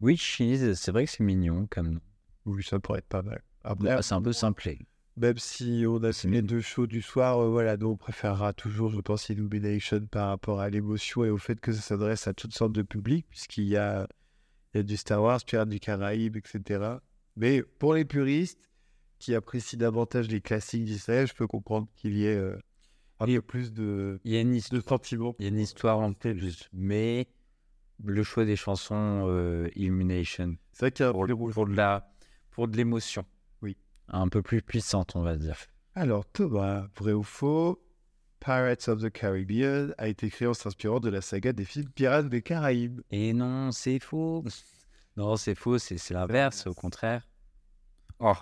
Speaker 2: Witches. C'est vrai que c'est mignon comme nom.
Speaker 1: oui, ça pourrait être pas mal. Après,
Speaker 2: Ah, C'est un peu simplé.
Speaker 1: même si on a
Speaker 2: C'est
Speaker 1: les
Speaker 2: mignon.
Speaker 1: deux shows du soir, euh, voilà, nous on préférera toujours, je pense, Illumination par rapport à l'émotion et au fait que ça s'adresse à toutes sortes de publics, puisqu'il y a, il y a du Star Wars, Pirates du Caraïbe, etc. Mais pour les puristes qui apprécient davantage les classiques Disney, je peux comprendre qu'il y ait euh, un
Speaker 2: Et-
Speaker 1: peu plus de,
Speaker 2: Il y a une histoire,
Speaker 1: de sentiments.
Speaker 2: il y a une histoire en plus. Mais le choix des chansons euh, Illumination.
Speaker 1: C'est vrai qu'il y a un
Speaker 2: Pour,
Speaker 1: fil rouge.
Speaker 2: pour de la, pour de l'émotion.
Speaker 1: Oui.
Speaker 2: Un peu plus puissante, on va dire.
Speaker 1: Alors, Thomas, vrai ou faux Pirates of the Caribbean a été créé en s'inspirant de la saga des films Pirates des Caraïbes.
Speaker 2: Et non, c'est faux. Non, c'est faux, c'est c'est l'inverse, au contraire. Oh.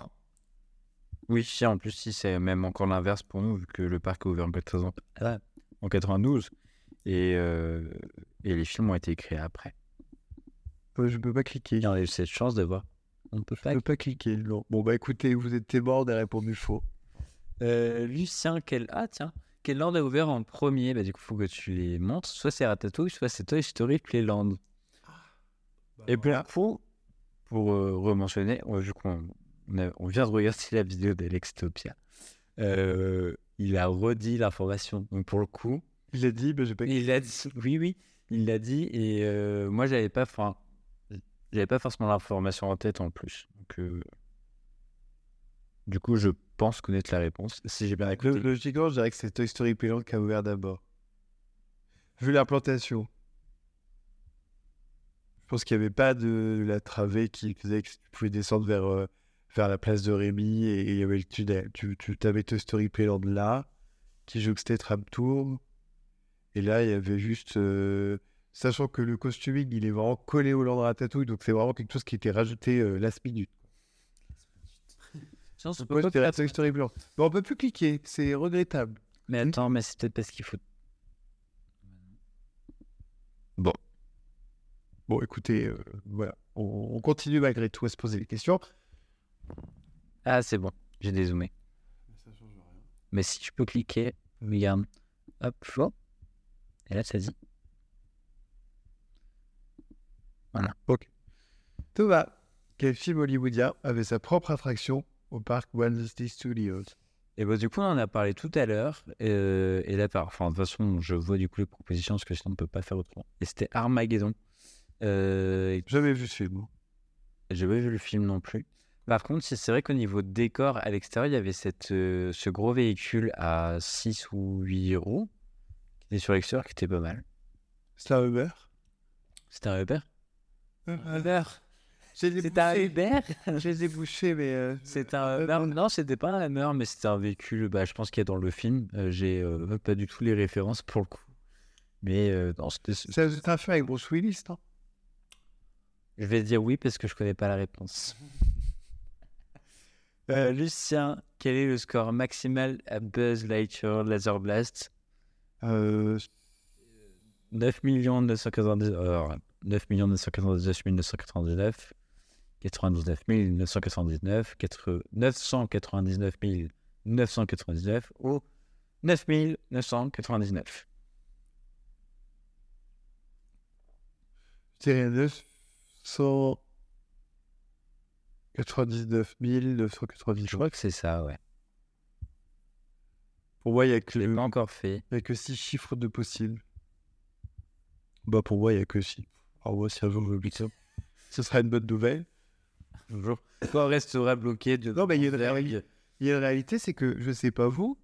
Speaker 2: Oui, si, en plus, si, c'est même encore l'inverse pour nous, vu que le parc est ouvert en 14
Speaker 1: Ah
Speaker 2: ans- en 92. Et, euh, et les films ont été créés après.
Speaker 1: Euh, je peux pas cliquer.
Speaker 2: Et on a eu cette chance d'avoir. On peut
Speaker 1: Je
Speaker 2: pas.
Speaker 1: peux pas cliquer. Non. Bon, bah écoutez, vous étiez mort, on a répondu faux.
Speaker 2: Euh, Lucien, quel. Ah, tiens. Quel land a ouvert en premier Bah, du coup, faut que tu les montes. Soit c'est Ratatouille, soit c'est Toy Story Playland. Et puis
Speaker 1: voilà.
Speaker 2: là, Eh pour, pour euh, rementionner, euh, vu qu'on on a- on vient de regarder la vidéo d'Alex Topia, euh, il a redit l'information. Donc pour le coup,
Speaker 1: Il a dit, bah, j'ai pas.
Speaker 2: il a dit, oui, oui, il l'a dit. Et euh, moi, j'avais pas, enfin, j'avais pas forcément l'information en tête en plus. Donc, euh, du coup, je pense connaître la réponse. Si j'ai bien écouté.
Speaker 1: Le- Logiquement, je dirais que c'est Toy Story Playland qui a ouvert d'abord. Vu l'implantation, je pense qu'il n'y avait pas de la travée qui faisait que tu pouvais descendre vers, euh, vers la place de Rémi et et il y avait le tunnel. Tu, tu avais Toy Story Playland là, qui jouxtait Tram Tour. Et là, il y avait juste. euh, sachant que le costuming, il est vraiment collé au land ratatouille, donc c'est vraiment quelque chose qui était rajouté euh, last minute.
Speaker 2: Sinon, c'est
Speaker 1: Moi,
Speaker 2: pas-
Speaker 1: c'était la Toy Story Playland. Bon, on peut plus cliquer, c'est regrettable.
Speaker 2: Mais
Speaker 1: Hmm
Speaker 2: attends, mais c'est peut-être parce qu'il faut.
Speaker 1: Bon, écoutez, euh, voilà. On, on continue malgré tout à se poser des questions.
Speaker 2: Ah, c'est bon. J'ai dézoomé. Mais si tu peux cliquer, regarde. Hop, hop. Et là, ça dit.
Speaker 1: Thomas, quel film hollywoodien avait sa propre attraction au parc Walt Disney Studios
Speaker 2: Et bah, du coup, on en a parlé tout à l'heure. euh, et là, par... enfin, de toute façon, je vois du coup les propositions parce que sinon, on ne peut pas faire autrement. Et c'était Armageddon. Euh, et
Speaker 1: Jamais vu ce film. hein.
Speaker 2: J'ai pas vu le film non plus. Par contre, c'est c'est vrai qu'au niveau décor, à l'extérieur, il y avait cette, euh, ce gros véhicule à 6 ou 8 euros qui était sur l'extérieur, qui était pas mal.
Speaker 1: C'est un Uber
Speaker 2: C'était un Uber Uber
Speaker 1: J'ai Ah, les
Speaker 2: C'était un
Speaker 1: bouchés.
Speaker 2: Uber
Speaker 1: Je les ai bouchés, mais. euh,
Speaker 2: C'était un Hummer Non, c'était pas un Hummer, mais c'était un véhicule, bah, je pense qu'il y a dans le film. Euh, J'ai euh, pas du tout les références pour le coup. Mais euh, non, c'était-
Speaker 1: C'est c'est un film avec Bruce Willis, non
Speaker 2: je vais dire oui parce que je connais pas la réponse. Euh, Lucien, quel est le score maximal à Buzz Lightyear Laser Blast
Speaker 1: Euh,
Speaker 2: 9 999 alors, 9 999 999 99 999 quatre- 999 999 ou 9 999
Speaker 1: je dirais 999 999.
Speaker 2: Je crois que c'est ça, ouais.
Speaker 1: Pour moi, il n'y a que
Speaker 2: Je l'ai
Speaker 1: le-
Speaker 2: pas encore fait.
Speaker 1: Il n'y a que 6 chiffres de possibles. Bah pour moi, il n'y a que 6. Alors moi, si un jour j'oublie ça, ce sera une bonne nouvelle.
Speaker 2: Bonjour. Toi, restera bloqué. De...
Speaker 1: Non, mais il y a une réalité. Il y a une réalité, c'est que je ne sais pas vous,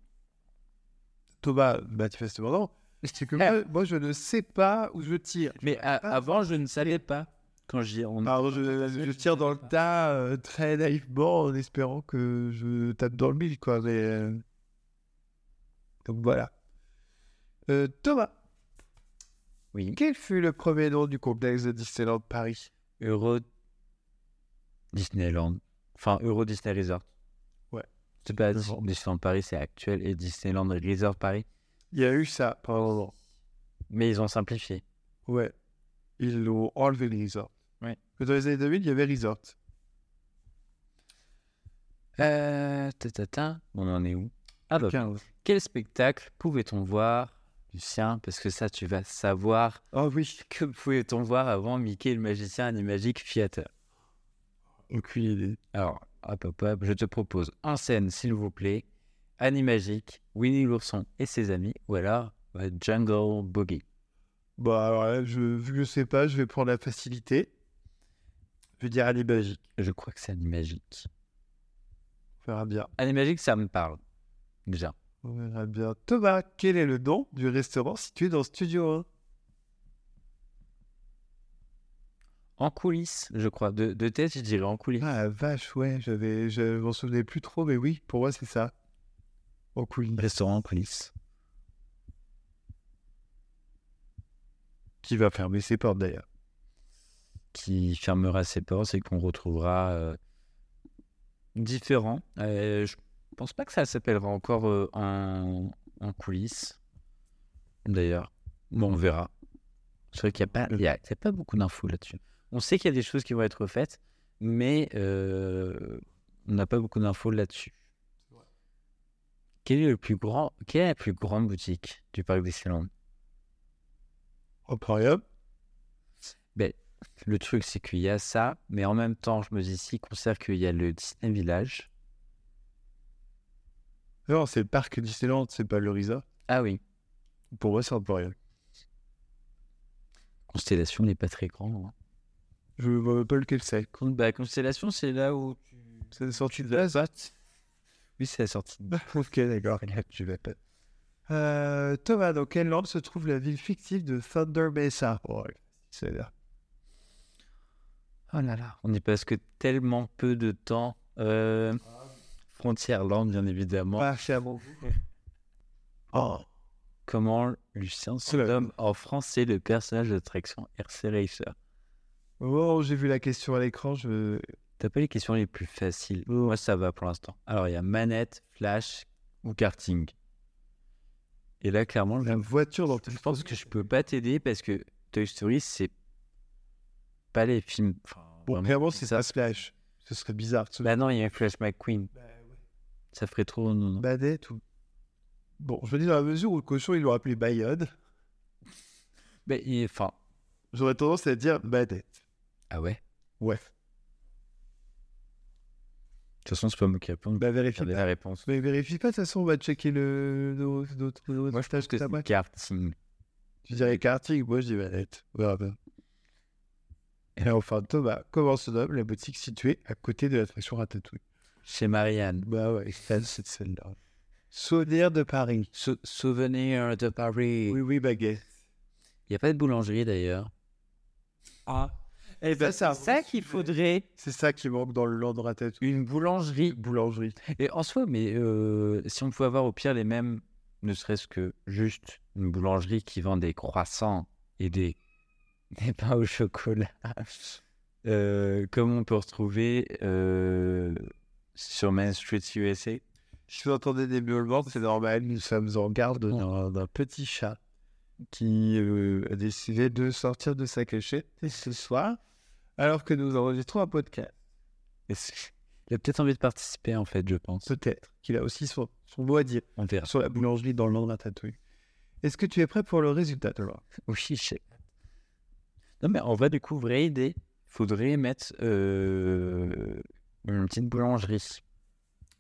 Speaker 1: Thomas, manifestement non, c'est que moi, moi, je ne sais pas où je tire.
Speaker 2: Mais à- avant, je ne savais pas. Quand j'y on...
Speaker 1: Pardon, je, je tire dans le tas euh, très naïvement en espérant que je tape dans le mille, quoi. Mais, euh, Donc voilà. Euh, Thomas,
Speaker 2: Oui.
Speaker 1: quel fut le premier nom du complexe de Disneyland Paris
Speaker 2: Euro Disneyland. Enfin, Euro Disney Resort.
Speaker 1: Ouais.
Speaker 2: C'est pas
Speaker 1: Euro.
Speaker 2: Disneyland Paris, c'est actuel. Et Disneyland Resort Paris.
Speaker 1: Il y a eu ça pendant un moment.
Speaker 2: Mais ils ont simplifié.
Speaker 1: Ouais. Ils l'ont enlevé le resort.
Speaker 2: Ouais.
Speaker 1: Mais dans les années 2000, il y avait resort.
Speaker 2: Euh, ta, ta, ta. On en est où Ah bah,
Speaker 1: 15.
Speaker 2: quel spectacle pouvait-on voir Lucien, parce que ça, tu vas savoir.
Speaker 1: Oh oui.
Speaker 2: Que pouvait-on voir avant Mickey le magicien animagique fiateur
Speaker 1: Aucune idée.
Speaker 2: Alors, hop, hop, hop, je te propose en scène, s'il vous plaît, Animagique, Winnie l'ourson et ses amis, ou alors euh, Jungle Boogie.
Speaker 1: Bah alors là, je, vu que je sais pas, je vais prendre la facilité. Je vais dire allez magique.
Speaker 2: Je crois que c'est Animagique.
Speaker 1: On verra bien.
Speaker 2: Animagique, ça me parle. Déjà.
Speaker 1: On verra bien. Thomas, quel est le nom du restaurant situé dans Studio 1
Speaker 2: En coulisses, je crois. De, de tête, je dirais en coulisses.
Speaker 1: Ah la vache, ouais, j'avais, je m'en souvenais plus trop, mais oui, pour moi c'est ça. Oh cool.
Speaker 2: Restaurant en coulisses.
Speaker 1: Qui va fermer ses portes d'ailleurs.
Speaker 2: qui fermera ses portes et qu'on retrouvera euh, différent. Euh, je pense pas que ça s'appellera encore euh, un, un coulisses, d'ailleurs. Bon, on verra. C'est vrai qu'il n'y a, pas- il y a- il y a pas beaucoup d'infos là-dessus. On sait qu'il y a des choses qui vont être faites, mais euh, on n'a pas beaucoup d'infos là-dessus. Quel est le plus grand, quelle est la plus grande boutique du parc d'Excellence
Speaker 1: Emporium
Speaker 2: Le truc, c'est qu'il y a ça, mais en même temps, je me dis, si considère qu'il y a le Disney Village,
Speaker 1: Non, c'est le parc Disneyland, c'est pas le Risa.
Speaker 2: Ah oui.
Speaker 1: Pour moi, c'est Emporium.
Speaker 2: Constellation n'est pas très grand. hein.
Speaker 1: Je vois même pas lequel c'est.
Speaker 2: Con- bah, Constellation, c'est là où tu.
Speaker 1: C'est sorti de la ZAT.
Speaker 2: Oui, c'est la sortie. de-
Speaker 1: ok, d'accord.
Speaker 2: Là, tu vas pas.
Speaker 1: Euh, Thomas, dans quelle langue se trouve la ville fictive de Thunder Mesa Ouais, c'est là.
Speaker 2: Oh là là. On y passe que tellement peu de temps. Euh... Frontierland, bien évidemment.
Speaker 1: Ah, c'est à mon Oh,
Speaker 2: Comment Lucien
Speaker 1: Oh là là.
Speaker 2: surnomme en français le personnage d'attraction RC Racer
Speaker 1: au moment où j'ai vu la question à l'écran, je.
Speaker 2: T'as pas les questions les plus faciles. Moi, ça va pour l'instant. Alors, il y a manette, flash ou karting. Et là, clairement, je,
Speaker 1: La voiture dans
Speaker 2: je pense que je peux pas t'aider parce que Toy Story, c'est pas les films. Enfin,
Speaker 1: Bon,
Speaker 2: vraiment,
Speaker 1: clairement, c'est ça, Splash. Ce serait bizarre. Ce...
Speaker 2: Bah non, il y a Flash McQueen.
Speaker 1: Bah
Speaker 2: Ça ferait trop. Non, non.
Speaker 1: Badette ou. Bon, je me dis, dans la mesure où le cochon, ils l'ont appelé Bayonne,
Speaker 2: Bah, il- Enfin,
Speaker 1: j'aurais tendance à dire Badette.
Speaker 2: ah ouais.
Speaker 1: Ouais.
Speaker 2: De toute façon, c'est pas moi qui réponds.
Speaker 1: Bah, vérifie
Speaker 2: Regardez
Speaker 1: pas.
Speaker 2: la réponse.
Speaker 1: Mais vérifie pas, de toute façon, on va checker le. nos- notre- notre
Speaker 2: Moi, je
Speaker 1: tâche
Speaker 2: pense que
Speaker 1: tout après.
Speaker 2: c'est karting.
Speaker 1: Tu dirais karting, moi je dis manette. On verra bien. Et enfin, Thomas, comment se nomme la boutique située à côté de l'attraction Ratatouille
Speaker 2: Chez Marianne.
Speaker 1: Bah ouais, c'est cette celle-là. Souvenir de Paris.
Speaker 2: Sou- souvenir de Paris.
Speaker 1: Oui, oui, baguette.
Speaker 2: Il n'y a pas de boulangerie d'ailleurs. Ah. Eh
Speaker 1: ben, Ça, c'est c'est un ça bon qu'il sujet.
Speaker 2: faudrait.
Speaker 1: C'est ça qui manque dans le land de Ratatouille.
Speaker 2: Une boulangerie.
Speaker 1: Boulangerie.
Speaker 2: Et en soi, mais euh, si on pouvait avoir au pire les mêmes, ne serait-ce que juste une boulangerie qui vend des croissants et des, des pains au chocolat, euh, comme on peut retrouver euh, sur Main Street USA.
Speaker 1: Si vous entendez des miaulements, c'est normal. Nous sommes en garde d'un d'un petit chat qui euh, a décidé de sortir de sa cachette ce soir, alors que nous enregistrons un podcast.
Speaker 2: Est-ce- Il a peut-être envie de participer en fait, je pense.
Speaker 1: Peut-être qu'il a aussi son, son mot à dire.
Speaker 2: On verra.
Speaker 1: sur la boulangerie dans le land Ratatouille. Est-ce que tu es prêt pour le résultat, Thomas
Speaker 2: Oui, j'ai hâte. Non, mais on va du coup, vraie idée. Faudrait mettre euh, une petite boulangerie.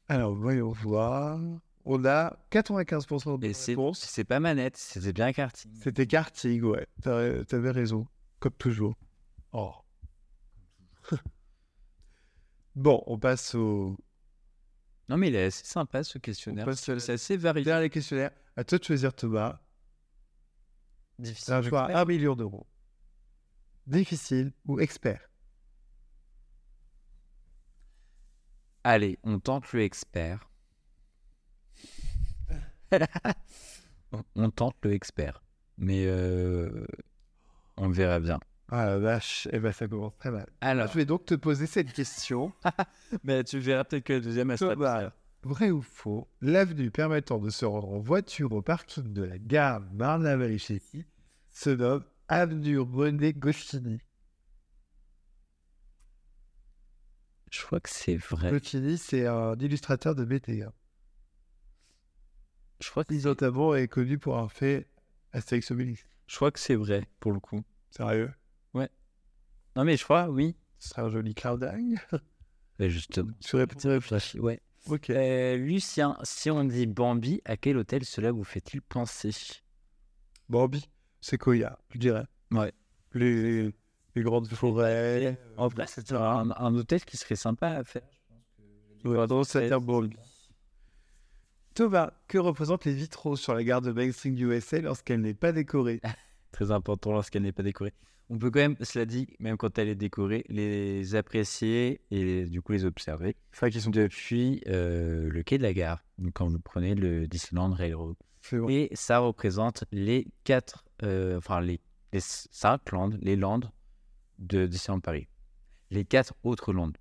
Speaker 1: Alors, voyons voir. On a 95% de
Speaker 2: Et c'est
Speaker 1: réponses.
Speaker 2: c'est pas manette, c'était bien karting.
Speaker 1: C'était karting, ouais. T'as- T'avais raison, comme toujours. Oh. bon, on passe au
Speaker 2: Non, mais il est assez sympa ce
Speaker 1: On
Speaker 2: questionnaire.
Speaker 1: passe à la-
Speaker 2: C'est assez varié.
Speaker 1: dernier questionnaire. À toi de choisir, Thomas.
Speaker 2: Difficile.
Speaker 1: Un
Speaker 2: je
Speaker 1: choix
Speaker 2: crois.
Speaker 1: à 1 million d'euros. Difficile ou expert
Speaker 2: Allez, on tente le expert. on, on tente le expert. Mais euh, on verra bien.
Speaker 1: Ah la vache, eh ben ça commence très mal.
Speaker 2: Alors,
Speaker 1: Je vais donc te poser cette question.
Speaker 2: mais Ah, tu verras peut-être que le deuxième elle sera
Speaker 1: Thomas,
Speaker 2: bizarre.
Speaker 1: vrai ou faux, l'avenue permettant de se rendre en voiture au parking de la gare Marne-la-Vallée-Chécy se nomme Avenue René Goscinny.
Speaker 2: Je crois que c'est vrai.
Speaker 1: Goscinny, c'est un illustrateur de BTR.
Speaker 2: Je crois que
Speaker 1: Il notamment est connu pour avoir fait Astérix Obélix.
Speaker 2: Je crois que c'est vrai, pour le coup.
Speaker 1: Sérieux
Speaker 2: Non, mais je crois, oui.
Speaker 1: Ce serait un joli clin d'œil.
Speaker 2: justement.
Speaker 1: Tu réponds
Speaker 2: Ouais.
Speaker 1: Ok.
Speaker 2: Euh, Lucien, si on dit Bambi, à quel hôtel cela vous fait-il penser
Speaker 1: Bambi, c'est Koya, je dirais.
Speaker 2: Ouais.
Speaker 1: Les, les grandes forêts.
Speaker 2: En vrai, c'est un, un hôtel qui serait sympa à faire.
Speaker 1: Ouais, tendance à dire Bambi. Thomas, que représentent les vitraux sur la gare de Main Street USA lorsqu'elle n'est pas décorée
Speaker 2: Très important lorsqu'elle n'est pas décorée. On peut quand même, cela dit, même quand elle est décorée, les apprécier et du coup les observer.
Speaker 1: C'est vrai qu'ils sont
Speaker 2: Depuis euh, le quai de la gare, donc quand vous prenez le Disneyland Railroad.
Speaker 1: C'est vrai.
Speaker 2: Et ça représente les quatre, euh, enfin les, les cinq landes, les landes de Disneyland Paris. Les quatre autres landes,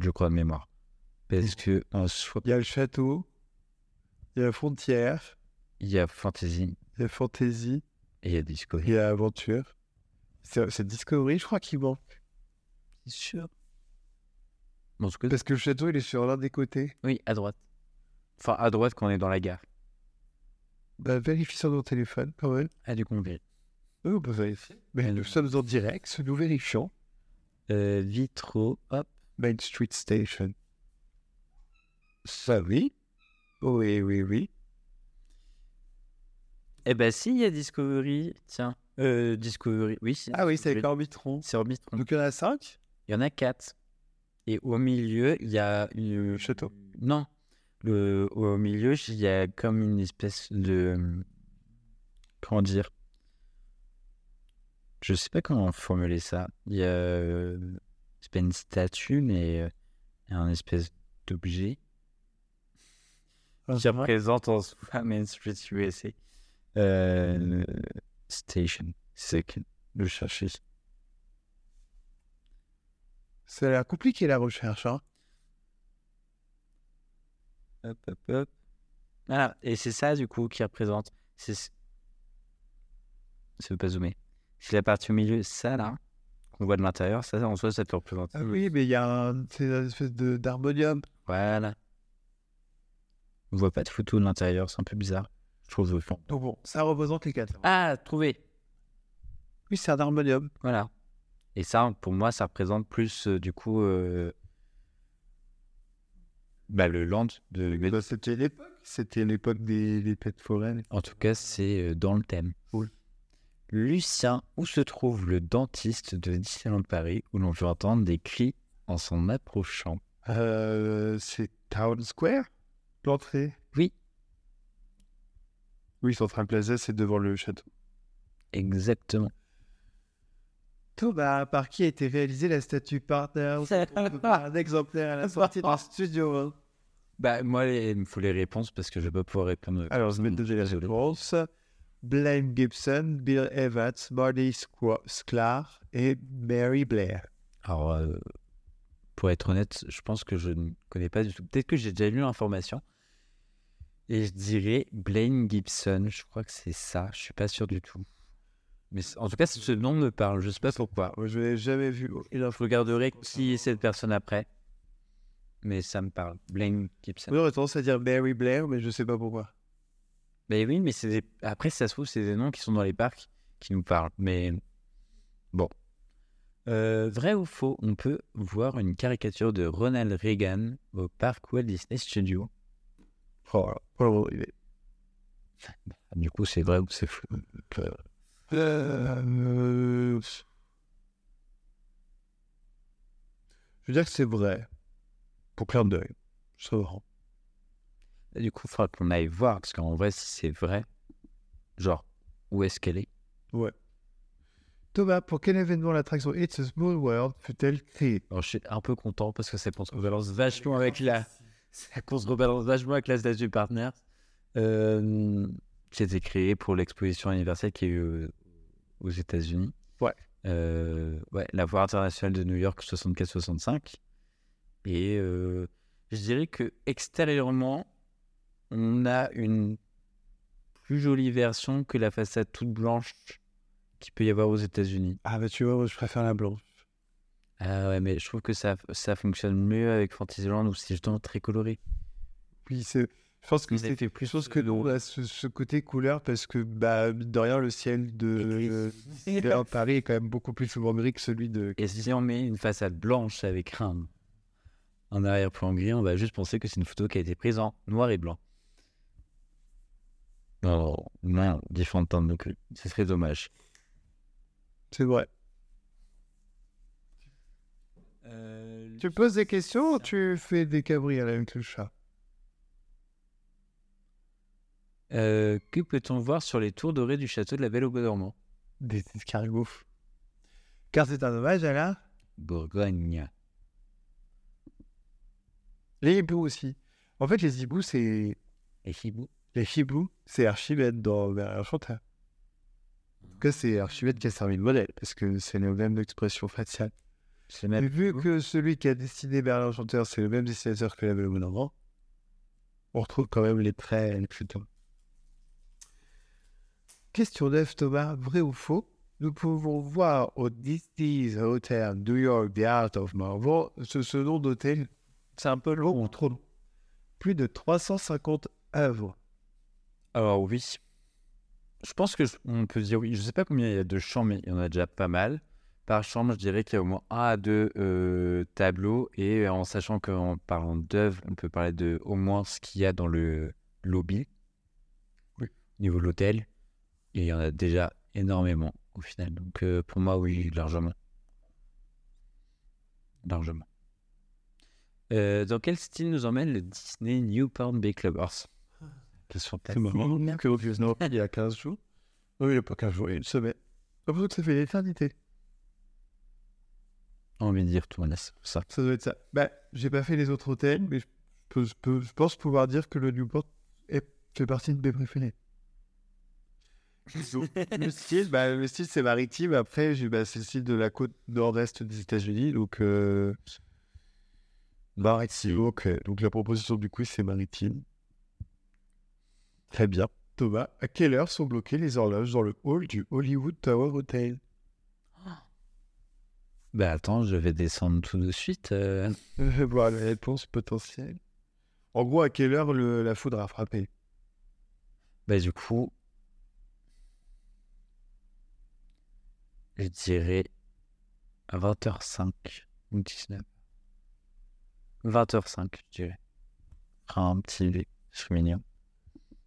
Speaker 2: je crois de mémoire. Parce que en soi,
Speaker 1: Il y a le château, il y a la frontière,
Speaker 2: il y a Fantasy
Speaker 1: il y a Fantasy,
Speaker 2: et il y a Disco.
Speaker 1: il y a Aventure. C'est c'est Discovery, je crois qu'il manque.
Speaker 2: sûr. Bon, en tout cas,
Speaker 1: Parce que le château, il est sur l'un des côtés.
Speaker 2: oui, à droite. Enfin, à droite quand on est dans la gare.
Speaker 1: Bah, vérifie sur nos téléphones, quand même.
Speaker 2: Ah, du coup, on vérifie.
Speaker 1: Oui, on peut vérifier. Mais
Speaker 2: Mais
Speaker 1: nous
Speaker 2: non.
Speaker 1: sommes en direct, nous vérifions.
Speaker 2: Euh, vitraux, hop.
Speaker 1: Main Street Station. Ça, oui. Oui, oui, oui.
Speaker 2: Eh ben si, il y a Discovery. Tiens, euh, Discovery, oui. c'est
Speaker 1: Ah oui, c'est
Speaker 2: Discovery.
Speaker 1: avec Orbitron.
Speaker 2: C'est Orbitron.
Speaker 1: Donc il y en a 5
Speaker 2: Il y en a quatre. Et au milieu, il y a. Le
Speaker 1: château.
Speaker 2: Non. Le- Au milieu, il y a comme une espèce de. Comment dire Je sais pas comment formuler ça. Il y a. euh, C'est pas une statue, mais euh, un espèce d'objet
Speaker 1: Ah,
Speaker 2: qui représente en soi Main Street USA. Euh, station. C'est que je cherchais.
Speaker 1: Ça a l'air compliqué la recherche. Hein.
Speaker 2: Hop, hop, hop. Voilà, et c'est ça du coup qui représente. C'est... ce- Ça veut pas zoomer. C'est la partie au milieu, ça là, qu'on voit de l'intérieur, ça, ça, en soi, ça peut représenter.
Speaker 1: Ah oui, mais il y a un, c'est une espèce de, d'harmonium.
Speaker 2: Voilà. On voit pas de photo de l'intérieur, c'est un peu bizarre. Je trouve au fond.
Speaker 1: Donc bon, ça représente les 4.
Speaker 2: Ah, trouvé
Speaker 1: Oui, c'est un harmonium.
Speaker 2: Voilà. Et ça, pour moi, ça représente plus euh, du coup. euh, Bah, le land de.
Speaker 1: Bah, c'était l'époque. C'était l'époque des, des fêtes foraines.
Speaker 2: En tout cas, c'est euh, dans le thème.
Speaker 1: Cool.
Speaker 2: Lucien, où se trouve le dentiste de Disneyland Paris où l'on peut entendre des cris en s'en approchant
Speaker 1: Euh, c'est Town Square L'entrée
Speaker 2: Oui.
Speaker 1: Oui, Central Plaza, c'est devant le château.
Speaker 2: Exactement.
Speaker 1: Thomas, bah, par qui a été réalisée la statue Partner Un exemplaire à la sortie d'un studio. hein.
Speaker 2: Bah, moi, les- il me faut les réponses parce que je vais pas pouvoir répondre.
Speaker 1: Alors, je vais te donner les
Speaker 2: Désolé.
Speaker 1: réponses. Blaine Gibson, Bill Evans, Marty Squa- Sklar et Mary Blair.
Speaker 2: Alors, euh, pour être honnête, je pense que je ne connais pas du tout. Peut-être que j'ai déjà lu l'information. Et je dirais Blaine Gibson. Je crois que c'est ça. Je suis pas sûr du tout. Mais c- en tout cas, ce nom me parle. Je sais pas pourquoi.
Speaker 1: Moi, je l'ai jamais vu.
Speaker 2: Et là, je regarderai qui est cette personne après. Mais ça me parle. Blaine Gibson.
Speaker 1: On aurait tendance à dire Mary Blair, mais je sais pas pourquoi.
Speaker 2: Mais oui, mais c'est des- après, si ça se trouve, c'est des noms qui sont dans les parcs qui nous parlent. Mais bon. Euh, vrai ou faux, on peut voir une caricature de Ronald Reagan au parc Walt Disney Studio.
Speaker 1: Oh, là, pour le moment, il est-
Speaker 2: Du coup, c'est vrai ou c'est faux
Speaker 1: Euh, euh, Je veux dire que c'est vrai. Pour clin d'œil. Je serais marrant.
Speaker 2: Du coup, il faudra qu'on aille voir, parce qu'en vrai, si c'est vrai, genre, où est-ce qu'elle est
Speaker 1: Thomas, pour quel événement l'attraction It's a Small World fut-elle créée
Speaker 2: Alors, je suis un peu content parce que ça contrebalance vachement avec la. Ça contrebalance vachement avec la statue Partners. Euh, qui a été créée pour l'exposition universelle qui est eu aux États-Unis.
Speaker 1: Ouais.
Speaker 2: Euh, ouais, la Foire internationale de New York 64-65. Et euh, je dirais que extérieurement, on a une plus jolie version que la façade toute blanche qu'il peut y avoir aux États-Unis.
Speaker 1: Ah bah tu vois, moi je préfère la blanche.
Speaker 2: Ah ouais, mais je trouve que ça, ça fonctionne mieux avec Fantasyland où c'est justement très coloré.
Speaker 1: Oui, c'est... Je pense que
Speaker 2: Ils avaient
Speaker 1: c'est
Speaker 2: fait plus
Speaker 1: plus
Speaker 2: euh,
Speaker 1: chose que
Speaker 2: de-
Speaker 1: nous, on a ce, ce côté couleur parce que, bah, mine de rien, le ciel de, de- de Paris est quand même beaucoup plus souvent gris que celui de.
Speaker 2: Et si on met une façade blanche avec un, un arrière-plan gris, on va juste penser que c'est une photo qui a été prise en noir et blanc. Alors, merde, différentes teintes de cul. Ce serait dommage.
Speaker 1: C'est vrai. Tu poses des questions ou tu fais des cabrioles avec le chat
Speaker 2: Euh, que peut-on voir sur les tours dorées du château de la Belle au Bois dormant
Speaker 1: Des escargots. Car c'est un hommage à la.
Speaker 2: Bourgogne.
Speaker 1: Les hiboux aussi. En fait, les hiboux, c'est.
Speaker 2: Et Hibou
Speaker 1: Les hiboux, c'est Archimède dans Vers Enchanteur. En tout cas, c'est Archimède qui a servi de modèle, parce que c'est le même expression faciale.
Speaker 2: C'est
Speaker 1: Mais
Speaker 2: même
Speaker 1: vu que celui qui a dessiné Berlin Enchanteur, c'est le même dessinateur que la Belle au Bois Dormant, on retrouve quand même les traits les plus tôt. Question 9, Thomas, vrai ou faux Nous pouvons voir au Disney's Hotel New York, The Art of Marvel, ce, ce nom d'hôtel, c'est un peu long, trop long. Plus de 350 œuvres.
Speaker 2: Alors oui, je pense que je- on peut dire oui. Je sais pas combien il y a de chambres, mais il y en a déjà pas mal. par chambre, je dirais qu'il y a au moins un à deux euh, tableaux. Et en sachant qu'en parlant d'œuvres, on peut parler de au moins ce qu'il y a dans le lobby,
Speaker 1: Oui.
Speaker 2: au niveau de l'hôtel. Et il y en a déjà énormément au final. Donc euh, pour moi, oui, largement. Largement. Euh, dans quel style nous emmène le Disney Newport Bay Clubhouse Question
Speaker 1: C'est marrant. Mercurius Nord, il y a 15 jours. Oui, il n'y a pas 15 jours, il y a une semaine. J'ai l'impression que ça fait l'éternité.
Speaker 2: J'ai envie de dire tout le monde, c'est ça.
Speaker 1: Ça doit être ça. Bah, j'ai pas fait les autres hôtels, mais je, peux- je peux- je pense pouvoir dire que le Newport est- fait partie de mes préférés. le style, bah, le style, c'est maritime. Après, j'ai- bah, c'est le style de la côte nord-est des États-Unis, donc euh, maritime. Ok. Donc la proposition du quiz, c'est maritime. Très bien. Thomas, à quelle heure sont bloquées les horloges dans le hall du Hollywood Tower Hotel
Speaker 2: Bah attends, je vais descendre tout de suite. euh.
Speaker 1: Euh, Voir la réponse potentielle. En gros, à quelle heure le- la foudre a frappé
Speaker 2: Bah du coup, je dirais à 20h05 ou 19h. 20h05, je dirais. Un petit V, je suis mignon.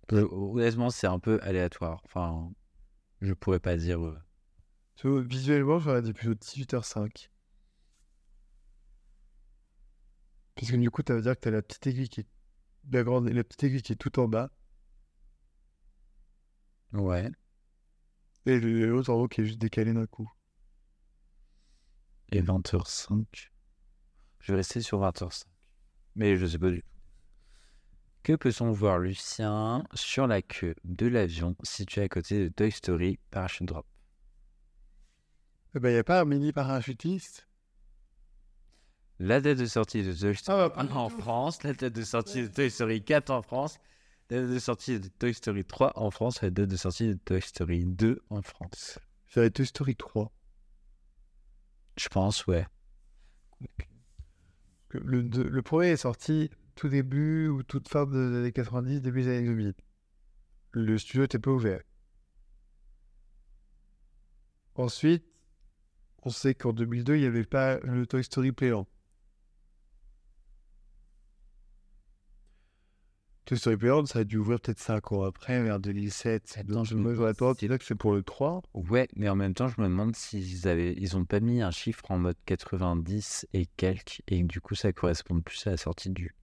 Speaker 2: Je- honnêtement, c'est un peu aléatoire. Enfin, je pourrais pas dire. euh,
Speaker 1: Tu vois, Visuellement, j'aurais dit plutôt 18h05. Parce que du coup, ça veut dire que t'as la petite aiguille qui est... La, grande... la petite aiguille qui est tout en bas
Speaker 2: Ouais.
Speaker 1: et le- l'autre en haut qui est juste décalé d'un coup.
Speaker 2: Et 20h05. Je vais rester sur 20h05. Mais je sais pas du tout. Que peut-on voir Lucien sur la queue de l'avion situé à côté de Toy Story Parachute Drop
Speaker 1: Eh ben, y a pas un mini parachutiste
Speaker 2: La date de sortie de Toy Story
Speaker 1: Ah bah, pas
Speaker 2: 1
Speaker 1: du
Speaker 2: en
Speaker 1: tout.
Speaker 2: France, la date de sortie de Toy Story 4 en France, la date de sortie de Toy Story 3 en France, la date de sortie de Toy Story 2 en France.
Speaker 1: J'avais Toy Story 3.
Speaker 2: Je pense, ouais.
Speaker 1: Que Le, deux- le premier est sorti tout début ou toute fin des années 90, début des années 2000. Le studio était peu ouvert. Ensuite, on sait qu'en 2002, il n'y avait pas le Toy Story Playland. Toy Story Playland, ça a dû ouvrir peut-être 5 ans après, vers 2007.
Speaker 2: Attends,
Speaker 1: Donc,
Speaker 2: je me
Speaker 1: moi,
Speaker 2: demande
Speaker 1: j'aurais tendance à
Speaker 2: si-
Speaker 1: dire que c'est pour le 3.
Speaker 2: Ouais, mais en même temps, je me demande s'ils avaient, ils ont pas mis un chiffre en mode 90 et quelques, et du coup, ça correspond plus à la sortie du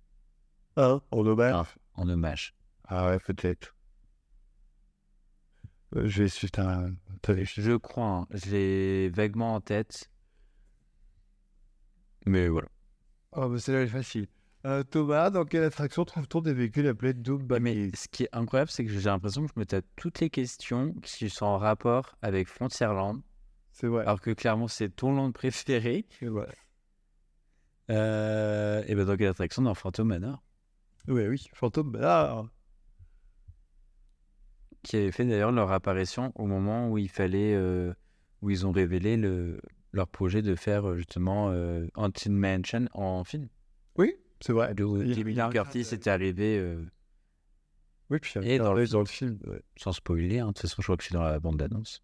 Speaker 1: Hein, en hommage.
Speaker 2: Ah, en hommage.
Speaker 1: Ah ouais, peut-être. Euh, Je vais suivre ta, ta réflexion.
Speaker 2: Je crois, hein, je l'ai vaguement en tête. Mais voilà.
Speaker 1: Oh, bah celle-là elle est facile. Euh, Thomas, dans quelle attraction trouve-t-on des véhicules appelés Doom
Speaker 2: Bah, Ah, Mais
Speaker 1: Buggies
Speaker 2: ce qui est incroyable, c'est que j'ai l'impression que je me tape toutes les questions qui sont en rapport avec Frontierland,
Speaker 1: C'est vrai.
Speaker 2: alors que clairement, c'est ton land préféré.
Speaker 1: c'est vrai.
Speaker 2: Euh, et ben dans quelle attraction dans Phantom Manor,
Speaker 1: Ouais, oui, fantôme. Bernard.
Speaker 2: qui avait fait d'ailleurs leur apparition au moment où il fallait, euh, où ils ont révélé le, leur projet de faire euh, justement euh, Haunted Mansion en film.
Speaker 1: Oui, c'est vrai.
Speaker 2: D'où
Speaker 1: il y a
Speaker 2: Jamie
Speaker 1: eu
Speaker 2: Lee
Speaker 1: un
Speaker 2: Curtis
Speaker 1: cadre.
Speaker 2: était arrivé, euh,
Speaker 1: Oui, puis il y
Speaker 2: Et
Speaker 1: a un
Speaker 2: dans le
Speaker 1: œil dans le film. Ouais.
Speaker 2: sans spoiler, hein, de toute façon, je crois que c'est dans la bande d'annonce.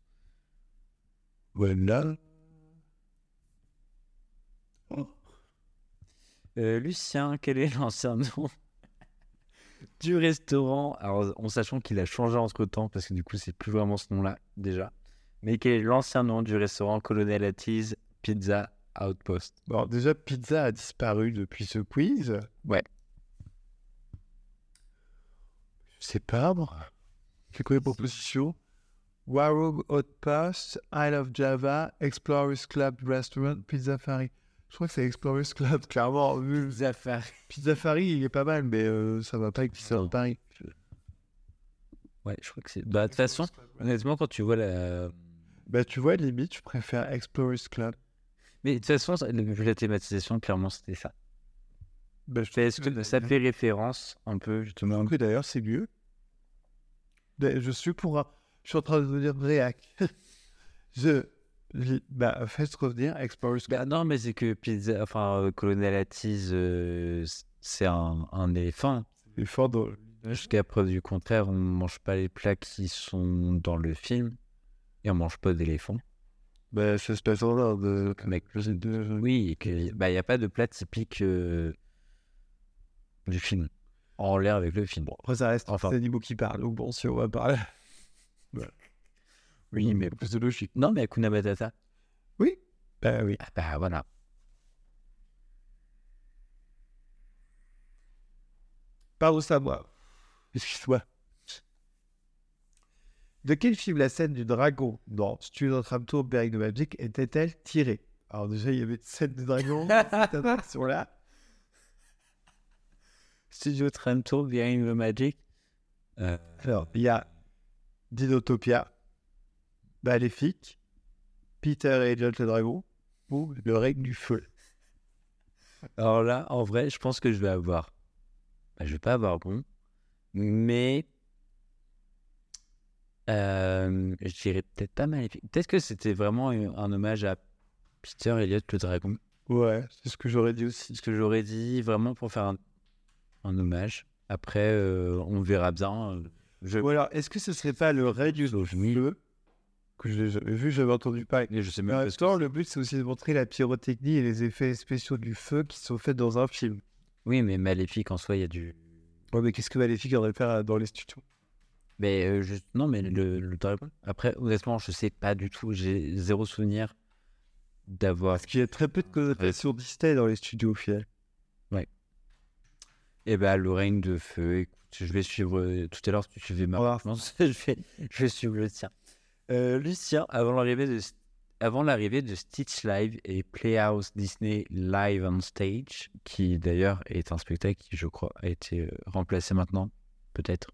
Speaker 1: Voilà. Oh.
Speaker 2: Euh, Lucien, quel est l'ancien nom du restaurant Alors, en sachant qu'il a changé entre temps, parce que du coup, c'est plus vraiment ce nom-là, déjà. Mais quel est l'ancien nom du restaurant Colonel Attis Pizza Outpost
Speaker 1: Bon, déjà, pizza a disparu depuis ce quiz.
Speaker 2: Ouais.
Speaker 1: Je sais pas, moi. C'est quoi les propositions Warung Outpost, Isle of Java, Explorers Club Restaurant, Pizza Fari. Je crois que c'est Explorers Club, clairement. vu le-
Speaker 2: Pizza Fari.
Speaker 1: Pizza Fari, il est pas mal, mais euh, ça va pas avec Pizza
Speaker 2: Non.
Speaker 1: Paris.
Speaker 2: Ouais, je crois que c'est. Bah, de toute façon, honnêtement, quand tu vois la.
Speaker 1: Bah, tu vois, limite, je préfère Explorers Club.
Speaker 2: Mais de toute façon, ça- vu la thématisation, clairement, c'était ça.
Speaker 1: Bah, je
Speaker 2: Mais Est-ce que ça fait référence un peu, justement
Speaker 1: que d'ailleurs, c'est mieux. D'ailleurs, Je suis pour un- Je suis en train de devenir réac. je. je- Bah, faites revenir Explorers Club.
Speaker 2: Bah non, mais c'est que Pizza. Enfin, euh, Colonel Attis, euh, c'est un, un éléphant.
Speaker 1: Il est fort drôle.
Speaker 2: Jusqu'à preuve du contraire, on ne mange pas les plats qui sont dans le film et on mange pas d'éléphant.
Speaker 1: Bah, ça se passe en Inde.
Speaker 2: Mec,
Speaker 1: je
Speaker 2: Oui, bah, il n'y a pas de plat typique euh, du film. En l'air avec le film.
Speaker 1: Après, ça reste
Speaker 2: Enfin.
Speaker 1: des animaux qui parlent. Donc, bon, si on va parler.
Speaker 2: Oui, mais-
Speaker 1: C'est logique.
Speaker 2: Non, mais Hakuna Matata.
Speaker 1: Bah oui.
Speaker 2: Ah bah voilà.
Speaker 1: Parle ça, moi. Excuse-moi. De quel film la scène du dragon dans Si tu es notre âme tour, Péril de Magic était-elle tirée Alors, déjà, il y avait une scène du dragon cette sur là
Speaker 2: Studio Trento, Behind the Magic. Euh,
Speaker 1: Alors, il y a Dinotopia, Maléfique, Peter et Elliot le dragon ou Le règne du feu.
Speaker 2: alors là, en vrai, je pense que je vais avoir. Bah, je vais pas avoir bon, mais euh, je dirais peut-être pas maléfique. Peut-être que c'était vraiment un un hommage à Peter Elliott le dragon.
Speaker 1: Ouais, c'est ce que j'aurais dit aussi.
Speaker 2: C'est ce que j'aurais dit vraiment pour faire un, un hommage. Après, euh, on verra bien. euh, Je,
Speaker 1: Ou alors, est-ce que ce serait pas le règne du
Speaker 2: je m'y-
Speaker 1: feu que je l'ai jamais vu, j'avais entendu parler.
Speaker 2: je sais
Speaker 1: Mais
Speaker 2: même
Speaker 1: en
Speaker 2: pas
Speaker 1: même
Speaker 2: ce que
Speaker 1: temps,
Speaker 2: c'est.
Speaker 1: le but, c'est aussi de montrer la pyrotechnie et les effets spéciaux du feu qui sont faits dans un film.
Speaker 2: Oui, mais maléfique en soi, il y a du.
Speaker 1: Ouais, mais qu'est-ce que Maléfique aurait faire euh, dans les studios
Speaker 2: Mais euh, je- non, mais le, le dragon. Après, honnêtement, je sais pas du tout. J'ai zéro souvenir d'avoir.
Speaker 1: Parce qu'il y a très peu de connotations Disney dans les studios, au final.
Speaker 2: Eh ben, le règne de feu. Écoute, je vais suivre. euh, Tout à l'heure, tu suivais ma
Speaker 1: On va-
Speaker 2: réponse. je, vais, je vais suivre le tien. Euh, Lucien, avant l'arrivée de avant l'arrivée de Stitch Live et Playhouse Disney Live on Stage, qui d'ailleurs est un spectacle qui, je crois, a été euh, remplacé maintenant, peut-être.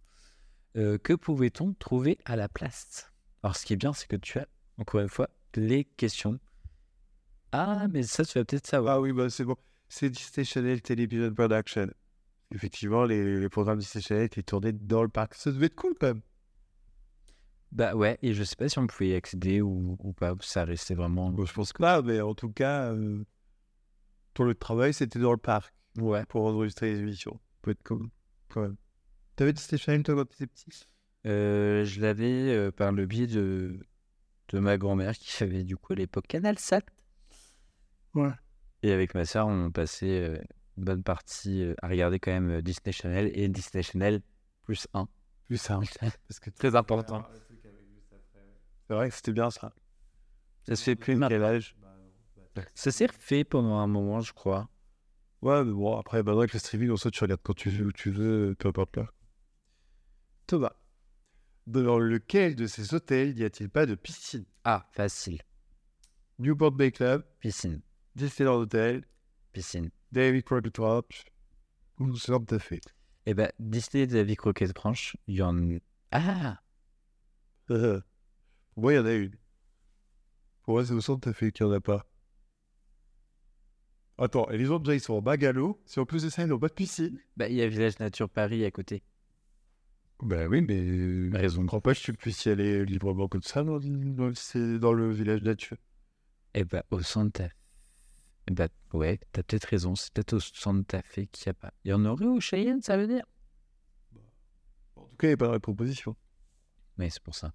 Speaker 2: euh, que pouvait-on trouver à la place Alors, ce qui est bien, c'est que tu as, encore une fois, les questions. Ah, mais ça, tu vas peut-être savoir.
Speaker 1: Ah oui, bah c'est bon. C'est Disney Channel Television Production. Effectivement, les, les programmes Disney Channel étaient tournés dans le parc. Ça devait être cool, quand même.
Speaker 2: Bah ouais, et je sais pas si on pouvait y accéder ou, ou pas, ou ça restait vraiment.
Speaker 1: Bon, je pense que pas, Ah, mais en tout cas, euh, ton lieu de travail, c'était dans le parc
Speaker 2: Ouais.
Speaker 1: pour enregistrer les émissions. Peut être cool, quand même. T'avais Disney Channel, toi, quand t'étais petit
Speaker 2: Euh, je l'avais euh, par le biais de, de ma grand-mère qui avait du coup à l'époque Canal Sat.
Speaker 1: Ouais.
Speaker 2: Et avec ma soeur, on passait euh, une bonne partie euh, à regarder quand même euh, Disney Channel et Disney Channel plus 1.
Speaker 1: Plus ça, parce que
Speaker 2: Très important.
Speaker 1: c'est vrai que c'était bien ça.
Speaker 2: Ça se fait plus maintenant.
Speaker 1: Quel âge
Speaker 2: Ça s'est refait pendant un moment, je crois.
Speaker 1: Ouais, mais bon, après, maintenant avec le streaming, en soi, tu regardes quand tu veux, où tu veux, peu importe là. Thomas, dans lequel de ces hôtels n'y a-t-il pas de piscine
Speaker 2: Ah, facile.
Speaker 1: Newport Bay Club,
Speaker 2: Piscine,
Speaker 1: Disneyland Hotel,
Speaker 2: piscine.
Speaker 1: David Crockett Ranch ou Santa Fe
Speaker 2: Et ben, Disney de la vie croquette branche, il y en Ah
Speaker 1: Pour moi, il y en a une. Pour moi, c'est au Santa Fe qu'il n'y en a pas. Attends, et les autres, déjà, ils sont en bagalo. Si en plus de ça, ils n'ont pas de piscine.
Speaker 2: Bah, il y a Village Nature Paris à côté.
Speaker 1: Ben oui, mais.
Speaker 2: Raison.
Speaker 1: Je ne crois pas que tu puisses y aller librement comme ça dans, dans- c'est dans le village nature.
Speaker 2: Eh ben, au Santa Fe. Eh ben, ouais, t'as peut-être raison. C'est peut-être au Santa Fe qu'il n'y a pas. Il y en aurait au Cheyenne, ça veut dire
Speaker 1: En tout cas, il n'y a pas de proposition.
Speaker 2: Oui, c'est pour ça.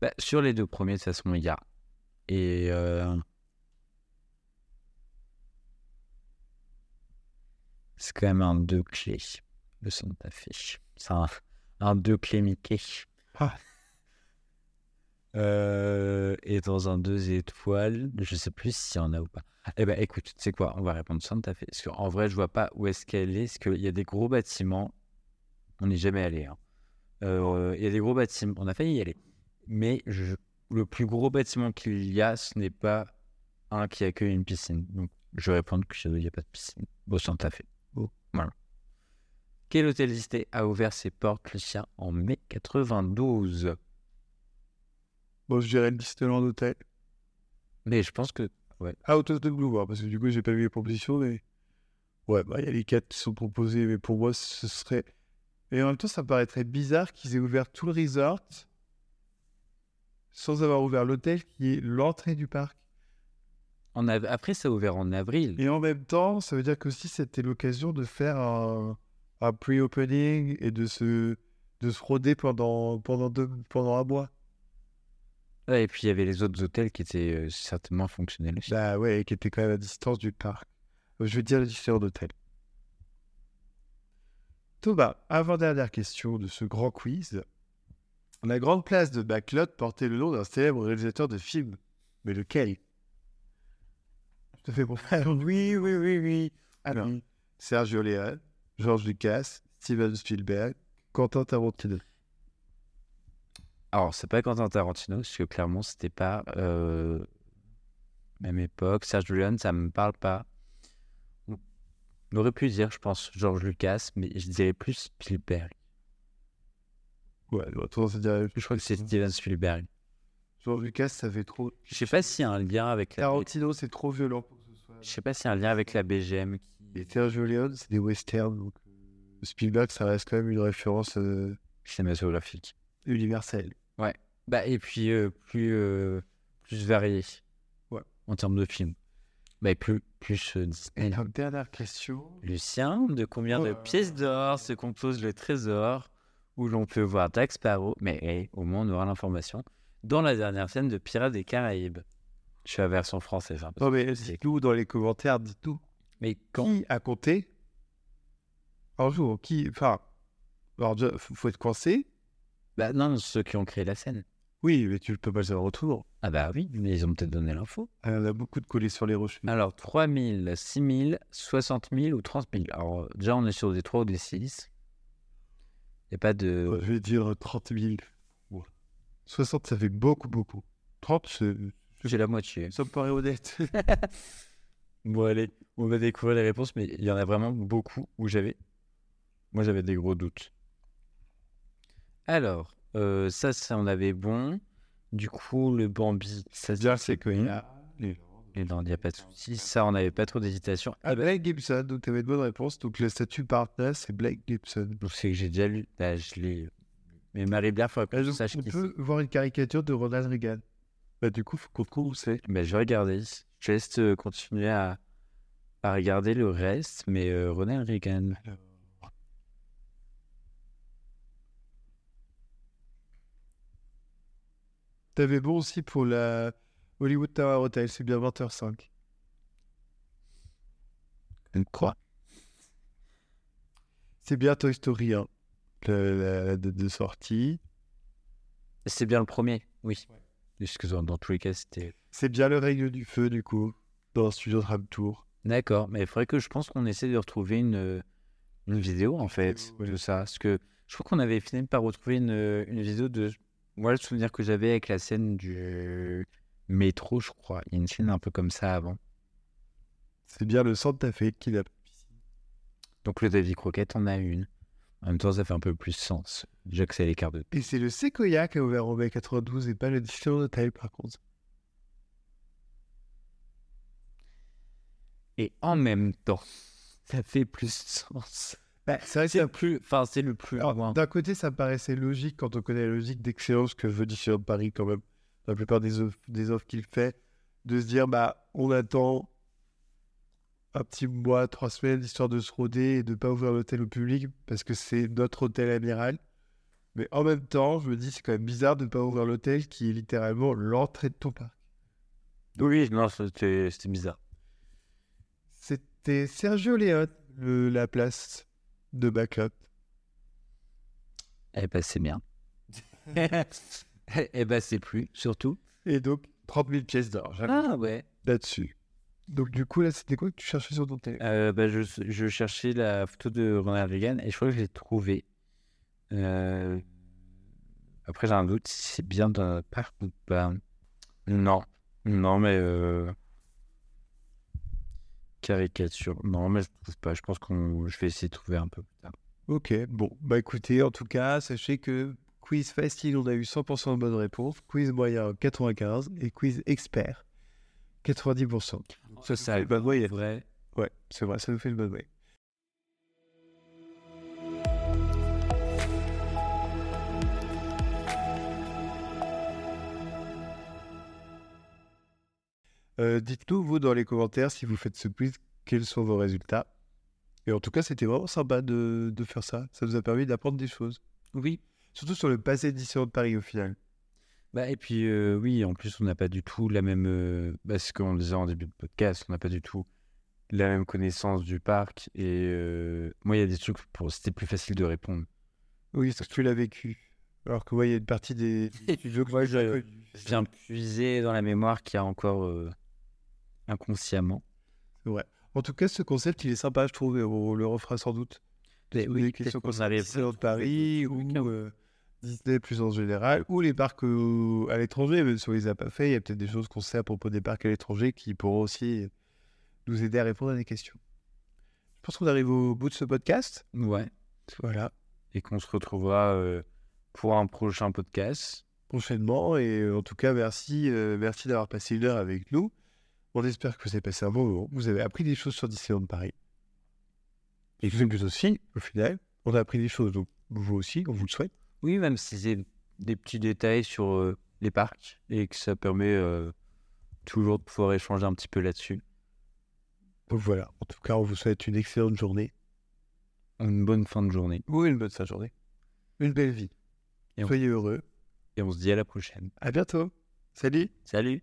Speaker 2: Bah, sur les deux premiers, de toute façon, il y a. Et. euh, C'est quand même un deux clés, le Santa Fe. C'est un, un deux clés Mickey.
Speaker 1: Ah.
Speaker 2: Euh, et dans un deux étoiles, je sais plus s'il y en a ou pas. Eh ben, écoute, tu sais quoi, on va répondre Santa Fe. Parce qu'en vrai, je vois pas où est-ce qu'elle est. Parce qu'il y a des gros bâtiments. On n'est jamais allé. hein. Euh, Il y a des gros bâtiments. On a failli y aller. Mais je- le plus gros bâtiment qu'il y a, ce n'est pas un qui accueille une piscine. Donc, je vais répondre qu'il n'y a pas de piscine au Santa Fe.
Speaker 1: Oh.
Speaker 2: Voilà. Quel hôtel Disney a ouvert ses portes, Lucien, en mai 92
Speaker 1: Bon, je dirais le Disneyland Hotel.
Speaker 2: Mais je pense que.
Speaker 1: Out of the Blue, hein, parce que du coup, j'ai pas vu les propositions, mais. Ouais, bah, il y a les quatre qui sont proposés, mais pour moi, ce serait. Et en même temps, ça me paraîtrait bizarre qu'ils aient ouvert tout le resort sans avoir ouvert l'hôtel qui est l'entrée du parc.
Speaker 2: En av- Après, ça a ouvert en avril.
Speaker 1: Et en même temps, ça veut dire que si c'était l'occasion de faire un, un pre-opening et de se, de se roder pendant, pendant, deux, pendant un mois.
Speaker 2: Ouais, et puis il y avait les autres hôtels qui étaient euh, certainement fonctionnels aussi.
Speaker 1: Bah ouais, qui était quand même à distance du parc. Euh, Je vais dire les différents hôtels. Thomas, avant-dernière question de ce grand quiz. La grande place de Backlot portait le nom d'un célèbre réalisateur de films. Mais lequel Je te fais pour
Speaker 4: Oui, oui, oui, oui.
Speaker 1: Alors,
Speaker 4: oui.
Speaker 1: Sergio Leone, George Lucas, Steven Spielberg, Quentin Tarantino.
Speaker 2: Alors, c'est pas Quentin Tarantino, parce que clairement, c'était pas euh, même époque. Serge Leone, ça me parle pas. On aurait pu dire, je pense, George Lucas, mais je dirais plus Spielberg.
Speaker 1: Ouais, on a tendance à dire la même chose.
Speaker 2: Je crois que c'est Steven Spielberg.
Speaker 1: George Lucas, ça fait trop.
Speaker 2: Je sais pas s'il y a un lien avec la.
Speaker 1: Tarantino, c'est trop violent pour que ce soit.
Speaker 2: Je sais pas s'il y a un lien avec la BGM.
Speaker 1: Et Sergio Leone, c'est des westerns. Donc... euh, Spielberg, ça reste quand même une référence euh,
Speaker 2: Cinématographique.
Speaker 1: universelle.
Speaker 2: Bah, et puis euh, plus, euh, plus varié
Speaker 1: Ouais.
Speaker 2: en termes de films. Bah, et plus, plus euh,
Speaker 1: Et
Speaker 2: Disney.
Speaker 1: la dernière question.
Speaker 2: Lucien, de combien de
Speaker 1: Oh.
Speaker 2: pièces d'or se compose le trésor où l'on peut voir Jack Sparrow, mais hey, au moins on aura l'information, dans la dernière scène de Pirates des Caraïbes Je suis à version française. hein, parce
Speaker 1: Non,
Speaker 2: que-
Speaker 1: mais dites-nous dans les commentaires, dites-nous
Speaker 2: mais quand
Speaker 1: qui a compté un jour. Qui... Enfin, alors, déjà, faut faut être coincé.
Speaker 2: Bah non, ceux qui ont créé la scène.
Speaker 1: Oui, mais tu peux pas le savoir autrement.
Speaker 2: Ah bah oui, mais ils ont peut-être donné l'info.
Speaker 1: Ah, On a beaucoup de collés sur les rochers.
Speaker 2: Alors 3 000, 6 000, 60 000 ou 30 000. Alors euh, déjà on est sur des 3 ou des 6. Il n'y a pas de...
Speaker 1: Je vais dire euh, 30 000. 60, ça fait beaucoup, beaucoup. 30, c'est-
Speaker 2: J'ai la moitié. hein.
Speaker 1: ça me paraît honnête.
Speaker 2: Bon, allez, on va découvrir les réponses, mais il y en a vraiment beaucoup où j'avais. Moi, j'avais des gros doutes. Alors, euh, ça, ça, on avait bon. Du coup, le Bambi, ça
Speaker 1: bien, c'est qu'il y
Speaker 2: bon.
Speaker 1: a les-
Speaker 2: Et non, il n'y a pas de souci. Ça, on n'avait pas trop d'hésitation.
Speaker 1: Ah, Blake Gibson, donc tu avais de bonnes réponses. Donc le statut partenaire, c'est Blake Gibson.
Speaker 2: Donc, c'est que j'ai déjà lu. Là, je l'ai. Mais Marie Blair, il faudrait que je sache
Speaker 1: on
Speaker 2: qui
Speaker 1: peut voir une caricature de Ronald Reagan. Bah, du coup, faut qu'on trouve où c'est.
Speaker 2: c'est. Ben, je vais regarder. Je te laisse euh, continuer à, à regarder le reste, mais euh, Ronald Reagan.
Speaker 1: T'avais bon aussi pour la Hollywood Tower Hotel, c'est bien 20h05.
Speaker 2: Quoi
Speaker 1: C'est bien Toy Story 1, le- la, la date de sortie.
Speaker 2: C'est bien le premier, oui. Excuse-moi, dans tous les cas, c'était.
Speaker 1: C'est bien le règne du feu, du coup, dans le studio Tram Tour.
Speaker 2: D'accord, mais il faudrait que je pense qu'on essaie de retrouver une, euh, une vidéo en fait
Speaker 1: vidéo, ouais.
Speaker 2: de ça. Parce que je crois qu'on avait fini par retrouver une, euh, une vidéo de. Moi, le souvenir que j'avais avec la scène du euh, métro, je crois. Il y a une scène un peu comme ça avant.
Speaker 1: C'est bien le Santa Fe qui l'a.
Speaker 2: Donc, le Davy Croquette en a une. En même temps, ça fait un peu plus sens. Déjà que c'est l'écart de.
Speaker 1: Et c'est le Sequoia qui a ouvert en mai 92 et pas le Disneyland Hotel, par contre.
Speaker 2: Et en même temps, ça fait plus sens.
Speaker 1: Bah, c'est vrai
Speaker 2: C'est Ah,
Speaker 1: que c'est
Speaker 2: le plus. Enfin, c'est le plus.
Speaker 1: Alors,
Speaker 2: loin.
Speaker 1: D'un côté, ça me paraissait logique quand on connaît la logique d'excellence que veut Disneyland Paris quand même, la plupart des offres, des offres qu'il fait, de se dire, bah, on attend un petit mois, trois semaines, histoire de se roder et de pas ouvrir l'hôtel au public, parce que c'est notre hôtel amiral. Mais en même temps, je me dis, c'est quand même bizarre de ne pas ouvrir l'hôtel qui est littéralement l'entrée de ton parc.
Speaker 2: Oui, non, c'était c'était bizarre.
Speaker 1: C'était Sergio Leone, le- la place de Backlot.
Speaker 2: Eh ben, c'est bien. eh ben, c'est plus, surtout.
Speaker 1: Et donc, 30 000 pièces d'or. j'arrive
Speaker 2: Ah ouais.
Speaker 1: Là-dessus. Donc, du coup, là, c'était quoi que tu cherchais sur ton téléphone
Speaker 2: Euh, bah, je, je cherchais la photo de Ronald Reagan et je crois que je l'ai trouvée. Euh, Après, j'ai un doute si c'est bien dans notre parc ou pas. Non. Non, mais. euh, Caricature. Non, mais je trouve pas. Je pense qu'on je vais essayer de trouver un peu plus tard.
Speaker 1: Ok, bon, bah écoutez, en tout cas, sachez que quiz facile, on a eu 100% de bonnes réponses, quiz moyen 95 et quiz expert 90%.
Speaker 2: Ça, ça bah,
Speaker 1: fait bonne moyenne.
Speaker 2: vrai.
Speaker 1: Bah, Ouais, c'est vrai, ça nous fait une bonne moyenne. Euh, Dites-nous, vous, dans les commentaires, si vous faites ce quiz, quels sont vos résultats. Et en tout cas, c'était vraiment sympa de, de faire ça. Ça nous a permis d'apprendre des choses.
Speaker 2: Oui.
Speaker 1: Surtout sur le passé de Disneyland Paris, au final.
Speaker 2: Bah, et puis, euh, oui, en plus, on n'a pas du tout la même. euh, bah, c'est ce qu'on disait en début de podcast, on n'a pas du tout la même connaissance du parc. Et euh, moi, il y a des trucs pour. C'était plus facile de répondre.
Speaker 1: Oui, parce que tu l'as vécu. Alors que, ouais, il y a une partie des. euh, Tu veux que
Speaker 2: Moi,
Speaker 1: tu sois
Speaker 2: je-
Speaker 1: connu.
Speaker 2: Je viens puiser dans la mémoire qu'il y a encore euh, inconsciemment.
Speaker 1: En tout cas, ce concept, il est sympa, je trouve. et On le refera sans doute.
Speaker 2: Mais
Speaker 1: Sur
Speaker 2: oui,
Speaker 1: des
Speaker 2: peut-être
Speaker 1: questions
Speaker 2: qu'on
Speaker 1: concernant
Speaker 2: arrive-
Speaker 1: Disneyland Paris ou euh, Disney plus en général, ou les parcs euh, à l'étranger, même si on les a pas fait, il y a peut-être des choses qu'on sait à propos des parcs à l'étranger qui pourront aussi nous aider à répondre à des questions. Je pense qu'on arrive au bout de ce podcast.
Speaker 2: Ouais.
Speaker 1: Voilà,
Speaker 2: Et qu'on se retrouvera euh, pour un prochain podcast.
Speaker 1: prochainement. Et euh, en tout cas, merci, euh, merci d'avoir passé une heure avec nous. On espère que vous avez passé un bon moment. Vous avez appris des choses sur Disneyland Paris. Et vous plus aussi, au final, on a appris des choses. Donc, vous aussi, on vous le souhaite.
Speaker 2: Oui, même si c'est des petits détails sur euh, les parcs et que ça permet euh, toujours de pouvoir échanger un petit peu là-dessus.
Speaker 1: Donc voilà, en tout cas, on vous souhaite une excellente journée.
Speaker 2: Une bonne fin de journée
Speaker 1: Ou une bonne fin de journée. Une belle vie.
Speaker 2: Et on-
Speaker 1: Soyez heureux.
Speaker 2: et on se dit à la prochaine.
Speaker 1: À bientôt. Salut.
Speaker 2: Salut